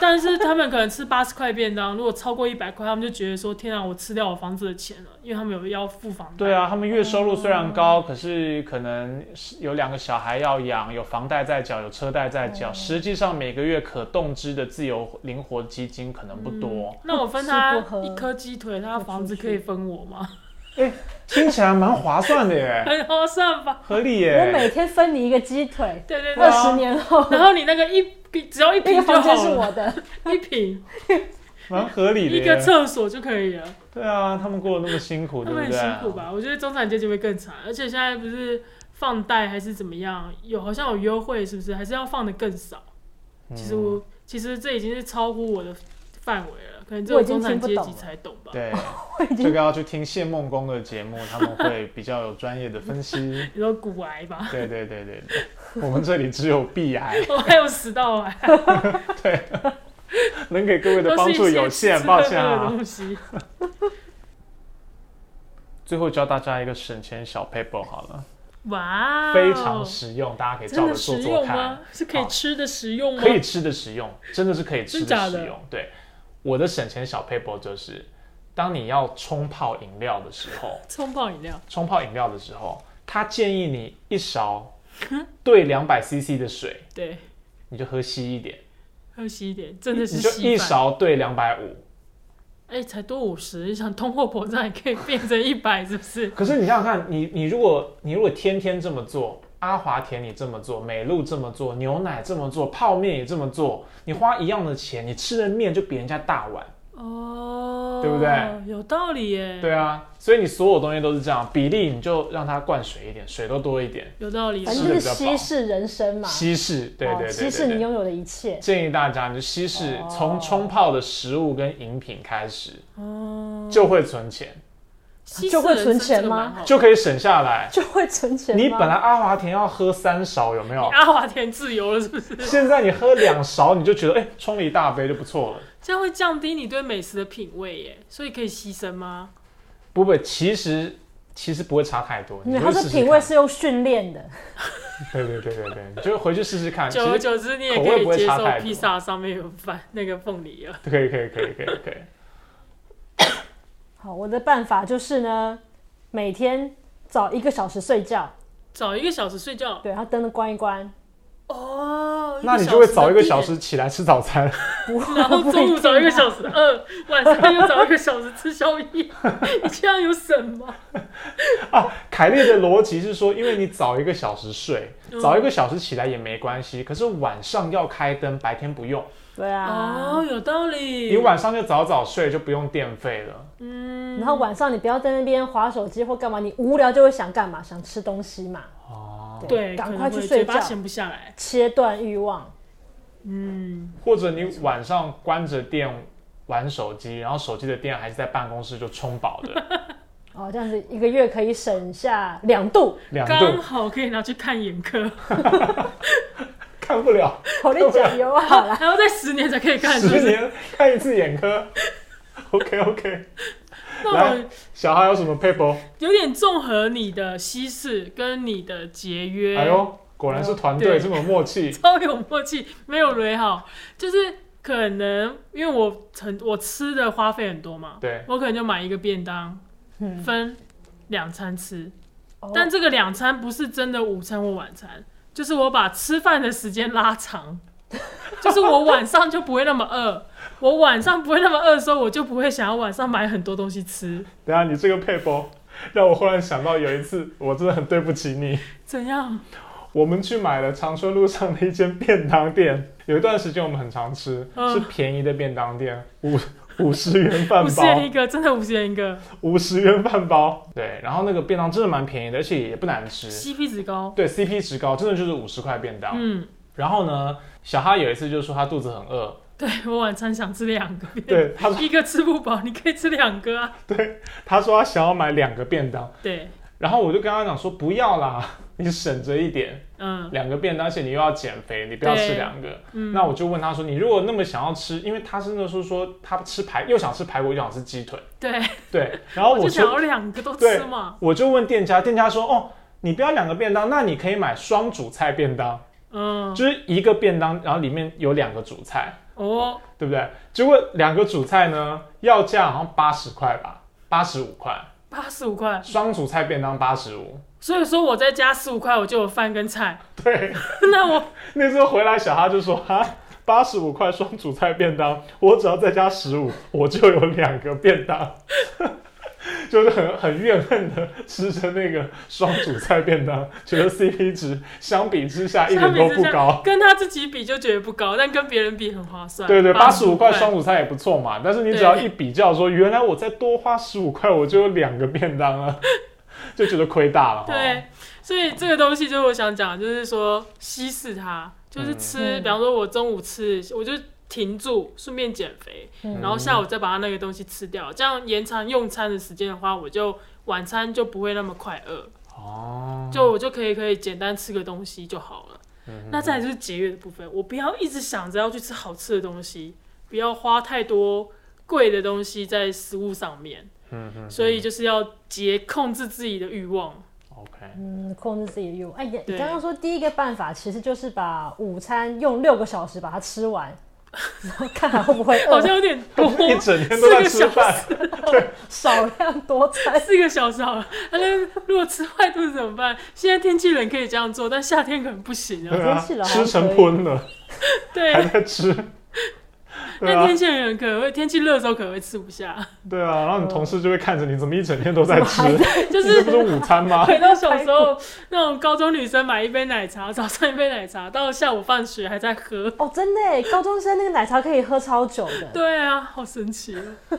Speaker 2: 但是他们可能吃八十块便当，如果超过一百块，他们就觉得说天啊，我吃掉我房子的钱了，因为他们有要付房贷。
Speaker 3: 对啊，他们月收入虽然高，可是可能是有两个小孩要养，有房贷在缴，有车贷在
Speaker 2: 嗯
Speaker 3: 缴，实际上每个月可动支的自由灵活基金可能不多。
Speaker 2: 那我分
Speaker 4: 哦吃
Speaker 2: 他
Speaker 4: 不喝
Speaker 2: 一颗鸡腿，他
Speaker 4: 不
Speaker 2: 房
Speaker 4: 出
Speaker 2: 子可
Speaker 4: 去
Speaker 2: 以分我吗？
Speaker 3: 听起来蛮划算的耶，
Speaker 2: 很划算吧？
Speaker 3: 合理
Speaker 4: 我每
Speaker 3: 耶。
Speaker 4: 天分你一个鸡腿，
Speaker 2: 对对对
Speaker 4: 二
Speaker 3: 啊
Speaker 4: 十年后
Speaker 2: 然后你那个一只要一
Speaker 4: 那
Speaker 2: 瓶
Speaker 4: 个
Speaker 2: 就
Speaker 4: 房
Speaker 2: 好
Speaker 4: 间是
Speaker 2: 了，
Speaker 4: 我的，
Speaker 2: 一瓶
Speaker 3: 蛮合理的
Speaker 2: 一个
Speaker 3: 耶。
Speaker 2: 厕所就可以了。
Speaker 3: 对啊，他们过得那么辛苦，
Speaker 2: 他
Speaker 3: 啊对
Speaker 2: 们很
Speaker 3: 不对？啊
Speaker 2: 辛苦吧？我觉得中产阶级会更惨，而且现在不是放贷还是怎么样，有好像有优惠，是不是？还是要放的更少？
Speaker 3: 嗯
Speaker 2: 其实我其实这已经是超乎我的范围了，可能只
Speaker 4: 我
Speaker 2: 有
Speaker 4: 已经
Speaker 2: 中产
Speaker 4: 听不
Speaker 2: 阶
Speaker 4: 懂
Speaker 2: 级
Speaker 4: 了
Speaker 2: 才懂 吧。
Speaker 3: 对
Speaker 4: 我已
Speaker 3: 这
Speaker 4: 经
Speaker 3: 个要去听谢梦工的节目，他们会比较有专业的
Speaker 2: 。
Speaker 3: 分析
Speaker 2: 你说骨癌吧，
Speaker 3: 对对对对对，我们这里只有避癌，
Speaker 2: 我还有食道癌，
Speaker 3: 能给各位
Speaker 2: 都
Speaker 3: 的
Speaker 2: 是
Speaker 3: 帮
Speaker 2: 一
Speaker 3: 助有
Speaker 2: 些
Speaker 3: 限，
Speaker 2: 吃
Speaker 3: 抱
Speaker 2: 喝
Speaker 3: 歉
Speaker 2: 喝
Speaker 3: 啊
Speaker 2: 的。东西。
Speaker 3: 最后教大家一个省钱小 paper 好了，
Speaker 2: 哇哦，
Speaker 3: 非常实用，大家可以
Speaker 2: 真
Speaker 3: 照
Speaker 2: 的
Speaker 3: 着做
Speaker 2: 实
Speaker 3: 做
Speaker 2: 用
Speaker 3: 看
Speaker 2: 吗，？是可以
Speaker 3: 好
Speaker 2: 吃的实用吗？
Speaker 3: 可以吃的实用，真的是可以吃
Speaker 2: 真假
Speaker 3: 的
Speaker 2: 的
Speaker 3: 实用。对，我的省钱小 paper 就是，当你要冲泡饮料的时候，
Speaker 2: 冲泡饮料，
Speaker 3: 冲泡饮料的时候，他建议你 一勺兑两百 CC 的水，
Speaker 2: 对，
Speaker 3: 你就喝稀一点，
Speaker 2: 喝稀一点，真的是
Speaker 3: 你就
Speaker 2: 稀
Speaker 3: 一
Speaker 2: 饭。
Speaker 3: 勺兑两百五。
Speaker 2: 哎、才多五十，你想通货膨胀也可以变成一百，是不是？
Speaker 3: 可是你想想看，你你如果你如果天天这么做，阿华田你这么做，美露这么做，牛奶这么做，泡面也这么做，你花一样的钱，你吃的面就比人家大碗，
Speaker 2: 哦，
Speaker 3: 对不对？
Speaker 2: 有道理耶，
Speaker 3: 对啊，所以你所有东西都是这样，比例你就让它灌水一点，水都多一点，
Speaker 2: 有道理。
Speaker 4: 反
Speaker 3: 吃
Speaker 4: 正
Speaker 3: 得
Speaker 4: 就是
Speaker 3: 比较
Speaker 4: 稀
Speaker 3: 饱
Speaker 4: 释人生嘛，
Speaker 3: 稀释，对
Speaker 4: 哦
Speaker 3: 对对
Speaker 4: 稀
Speaker 3: 对
Speaker 4: 释
Speaker 3: 对
Speaker 4: 你
Speaker 3: 对。
Speaker 4: 拥有的一切。
Speaker 3: 建议大家你就稀释，
Speaker 4: 哦
Speaker 3: 从冲泡的食物跟饮品开始，
Speaker 2: 哦，
Speaker 3: 就会存钱，
Speaker 2: 稀释
Speaker 4: 就会存钱
Speaker 2: 人生这个
Speaker 4: 吗
Speaker 2: 蛮好的
Speaker 3: 就可以省下来。
Speaker 4: 就会存钱吗
Speaker 3: 你本来阿华田要喝三勺，有没有
Speaker 2: 你？阿华田自由了，是不是？
Speaker 3: 现在你喝两勺，你就觉得哎，冲了一大杯就不错了。
Speaker 2: 这样会降低你对美食的品味耶，所以可以牺牲吗？
Speaker 3: 不不，其实其实不会差太多。
Speaker 4: 没有
Speaker 3: 回
Speaker 4: 嗯他
Speaker 3: 去
Speaker 4: 是
Speaker 3: 试试
Speaker 4: 品
Speaker 3: 看
Speaker 4: 味是用训练的，
Speaker 3: 对对对对对，你 就回去试试看。其
Speaker 2: 久而
Speaker 3: 实
Speaker 2: 久之，你也
Speaker 3: 口
Speaker 2: 可
Speaker 3: 味不
Speaker 2: 以
Speaker 3: 会
Speaker 2: 接
Speaker 3: 差
Speaker 2: 受
Speaker 3: 太多
Speaker 2: 披萨上面有饭那个凤梨了。
Speaker 3: 可以可以可以可以可以。
Speaker 4: 好，我的办法就是呢，每天早一个小时睡觉，
Speaker 2: 早一个小时睡觉
Speaker 4: 对，然后灯都关一关，
Speaker 2: 哦，
Speaker 3: 那你就会早一个
Speaker 2: 小
Speaker 3: 小
Speaker 2: 时
Speaker 3: 时起来吃早餐，
Speaker 4: 不会，
Speaker 2: 然后
Speaker 4: 不
Speaker 2: 中午
Speaker 4: 一
Speaker 2: 找一
Speaker 4: 定
Speaker 2: 个
Speaker 4: 啊
Speaker 2: 小时饿，晚上又找一个小时吃宵夜， 你这样有什么？
Speaker 3: 凯莉的逻辑是说，因为你早一个小时睡
Speaker 2: 嗯，
Speaker 3: 早一个小时起来也没关系，可是晚上要开灯，白天不用，
Speaker 4: 对啊。
Speaker 2: 哦，有道理。
Speaker 3: 你晚上就早早睡，就不用电费了。
Speaker 2: 嗯，
Speaker 4: 然后晚上你不要在那边划手机或干嘛，你无聊就会想干嘛，想吃东西嘛，
Speaker 3: 哦，
Speaker 2: 对，
Speaker 4: 赶
Speaker 2: 可
Speaker 4: 快
Speaker 2: 能
Speaker 4: 去
Speaker 2: 会
Speaker 4: 睡
Speaker 2: 嘴巴
Speaker 4: 觉，
Speaker 2: 闲不下来。
Speaker 4: 切断欲望。
Speaker 2: 嗯，
Speaker 3: 或者你晚上关着电玩手机，然后手机的电还是在办公室就充饱的
Speaker 4: 哦，这样子一个月可以省下两 度，
Speaker 3: 两
Speaker 2: 刚
Speaker 3: 度，
Speaker 2: 好可以拿去看眼科，
Speaker 3: 看不了。
Speaker 4: 口令讲啊油好啦。
Speaker 2: 还要再十年才可以看，是不
Speaker 3: 十
Speaker 2: 是？
Speaker 3: 年看一次眼科。OK OK，
Speaker 2: 那
Speaker 3: 来
Speaker 2: 我
Speaker 3: 小孩有什么 paper？
Speaker 2: 有点综合你的稀释跟你的节约，
Speaker 3: 哎呦，果然是团
Speaker 2: 嗯
Speaker 3: 队
Speaker 2: 对
Speaker 3: 这么有默契。
Speaker 2: 超有默契，没有雷好，就是可能因为我很我吃的花费很多嘛，
Speaker 3: 对，
Speaker 2: 我可能就买一个便当，
Speaker 4: 嗯
Speaker 2: 分两餐吃，
Speaker 4: 哦
Speaker 2: 但这个两餐不是真的午餐或晚餐，就是我把吃饭的时间拉长，就是我晚上就不会那么饿，我晚上不会那么饿的时候，我就不会想要晚上买很多东西吃。
Speaker 3: 等一下你这个 paper 让我忽然想到有一次，我真的很对不起你。
Speaker 2: 怎样？
Speaker 3: 我们去买了长春路上的一间便当店，有一段时间我们很常吃，
Speaker 2: 嗯
Speaker 3: 是便宜的便当店，五五十元饭
Speaker 2: 五十
Speaker 3: 包
Speaker 2: 元一，个，真的五十元一个
Speaker 3: 五十元饭包。对，然后那个便当真的蛮便宜的，而且也不难吃。
Speaker 2: ，CP 值高。
Speaker 3: 对，CP 值高，真的就是五十块便当。
Speaker 2: 嗯，
Speaker 3: 然后呢，小哈有一次就说他肚子很饿，
Speaker 2: 对我晚餐想吃两个，
Speaker 3: 对，他说
Speaker 2: 一个吃不饱，你可以吃两个啊。
Speaker 3: 他说他想要买两个便当，
Speaker 2: 对，
Speaker 3: 然后我就跟他讲说不要啦，你省着一点，
Speaker 2: 嗯
Speaker 3: 两个便当，而且你又要减肥，你不要吃两个。
Speaker 2: 嗯，
Speaker 3: 那我就问他说，你如果那么想要吃，因为他是那时候说他吃排又想吃排骨又想吃鸡腿，
Speaker 2: 对，
Speaker 3: 对，然后
Speaker 2: 就
Speaker 3: 我
Speaker 2: 想
Speaker 3: 就
Speaker 2: 要两个都
Speaker 3: 对
Speaker 2: 吃嘛，
Speaker 3: 我就问店家，店家说哦。你不要两个便当，那你可以买双主菜便当，
Speaker 2: 嗯，
Speaker 3: 就是一个便当，然后里面有两个主菜，
Speaker 2: 哦，
Speaker 3: 对不对？结果两个主菜呢，要价好像八十块吧，八十五块，
Speaker 2: 八十五块，
Speaker 3: 双主菜便当八十五。
Speaker 2: 所以说我再加十五块，我就有饭跟菜。
Speaker 3: 对，
Speaker 2: 那我
Speaker 3: 那时候回来，小哈就说：“哈，八十五块双主菜便当，我只要再加十五，我就有两个便当。” 就是很很怨恨的吃着那个双主菜便当，觉得 CP 值相比之下一点都不高。
Speaker 2: 跟他自己比就觉得不高，但跟别人比很划算。
Speaker 3: 对对，八十五块
Speaker 2: 85
Speaker 3: 双主菜也不错嘛。但是你只要一比较说，原来我再多花十五块，我就有两个便当了，就觉得亏大了。
Speaker 2: 对，，所以这个东西就是我想讲，就是说稀释它，就是吃，
Speaker 4: 嗯
Speaker 2: 比方说我中午吃，我就停住，顺便减肥，
Speaker 4: 嗯
Speaker 2: 然后下午再把它那个东西吃掉，这样延长用餐的时间的话，我就晚餐就不会那么快饿，
Speaker 3: 哦，
Speaker 2: 就我就可以可以简单吃个东西就好了。
Speaker 3: 嗯
Speaker 2: 那再来就是节约的部分，我不要一直想着要去吃好吃的东西，不要花太多贵的东西在食物上面，
Speaker 3: 嗯嗯
Speaker 2: 所以就是要节控制自己的欲望。
Speaker 3: ，OK，
Speaker 4: 嗯，控制自己的欲望。哎，你
Speaker 2: 对
Speaker 4: 刚刚说第一个办法其实就是把午餐用六个小时把它 吃完，然后看还会不会
Speaker 2: 好
Speaker 4: 饿，
Speaker 2: 像有点多，
Speaker 3: 一整天都在吃饭。
Speaker 4: 少量多餐。
Speaker 2: 四个小时好了。那如果吃坏肚子怎么办？现在天气冷可以这样做，但夏天可能不行 啊。
Speaker 3: 对啊，
Speaker 4: 天气冷
Speaker 3: 吃
Speaker 4: 还
Speaker 3: 成
Speaker 4: 可以
Speaker 3: 昏了，还
Speaker 4: 啊
Speaker 2: 对，
Speaker 3: 在 吃。对
Speaker 2: 那
Speaker 3: 啊
Speaker 2: 天，气冷可能会，天气热的时候可能会吃不下。
Speaker 3: 对啊，然后你同事就会看着你，怎么一整天都 在吃？
Speaker 2: 就
Speaker 3: 这
Speaker 2: 是
Speaker 3: 不是午 餐吗？
Speaker 2: 回到小时候，那种高中女生买一杯奶茶，早上一杯奶茶，到下午放学还在喝。
Speaker 4: 哦，真的耶，高中生那个奶茶可以喝超久的。
Speaker 2: 对啊，好神奇 哦。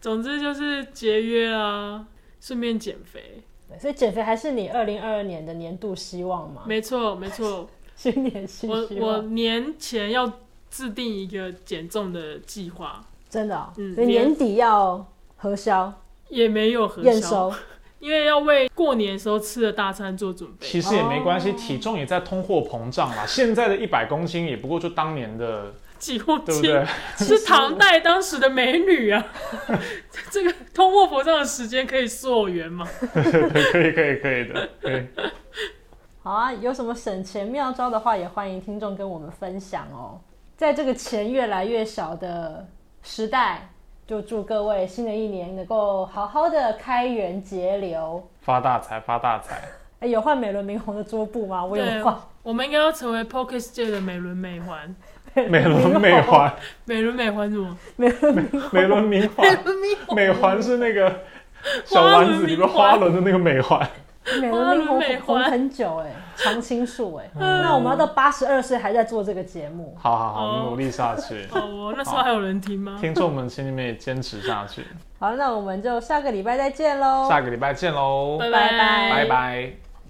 Speaker 2: 总之就是节约啦，顺便减肥。
Speaker 4: 对所以减肥还是你二零二二年的年度希望嘛？
Speaker 2: 没错，没错。
Speaker 4: 新年新
Speaker 2: 我
Speaker 4: 希
Speaker 2: 我
Speaker 4: 望，
Speaker 2: 年前要制定一个减重的计划，
Speaker 4: 真的、哦，
Speaker 2: 嗯
Speaker 4: 所以年底要核销、
Speaker 2: 也没有核
Speaker 4: 验
Speaker 2: 销，
Speaker 4: 收。
Speaker 2: 因为要为过年时候吃的大餐做准备。
Speaker 3: 其实也没关
Speaker 2: 哦
Speaker 3: 系，体重也在通货膨胀嘛。现在的一百公斤也不过就当年的，
Speaker 2: 几乎
Speaker 3: 对不对？
Speaker 2: 是唐代当时的美女啊， 这个通货膨胀的时间可以溯源吗？
Speaker 3: 对，可以，可以，可以的。对，
Speaker 4: 好啊，有什么省钱妙招的话，也欢迎听众跟我们分享哦。在这个钱越来越少的时代，就祝各位新的一年能够好好的开源节流。
Speaker 3: 发大财，发大财。
Speaker 4: 哎，有换美轮明宏的桌布吗？我有
Speaker 2: 对
Speaker 4: 换。
Speaker 2: 我们应该要成为 p o c k e t 界的美轮美奂。
Speaker 3: 美轮美奂，
Speaker 2: 美轮美奂什么？
Speaker 4: 美轮明宏，
Speaker 3: 美轮明 奂，美环是那个小
Speaker 2: 花轮
Speaker 3: 丸子
Speaker 2: 明
Speaker 3: 里面
Speaker 2: 奂
Speaker 3: 花轮的那个美环。
Speaker 4: 美轮明
Speaker 2: 花轮美
Speaker 4: 宏
Speaker 2: 奂
Speaker 4: 红很久 哎、常青树哎、
Speaker 2: 嗯
Speaker 4: 那我们要到八十二岁还在做这个节目，
Speaker 3: 好好好，我们
Speaker 2: 哦
Speaker 3: 努力下 去。
Speaker 2: 哦，我那时候还有人听吗？
Speaker 3: 听众们，请你们也坚持下去。
Speaker 4: 好，那我们就下个礼拜再见喽，
Speaker 3: 下个礼拜见喽，
Speaker 2: 哦拜
Speaker 4: 拜
Speaker 3: 拜拜。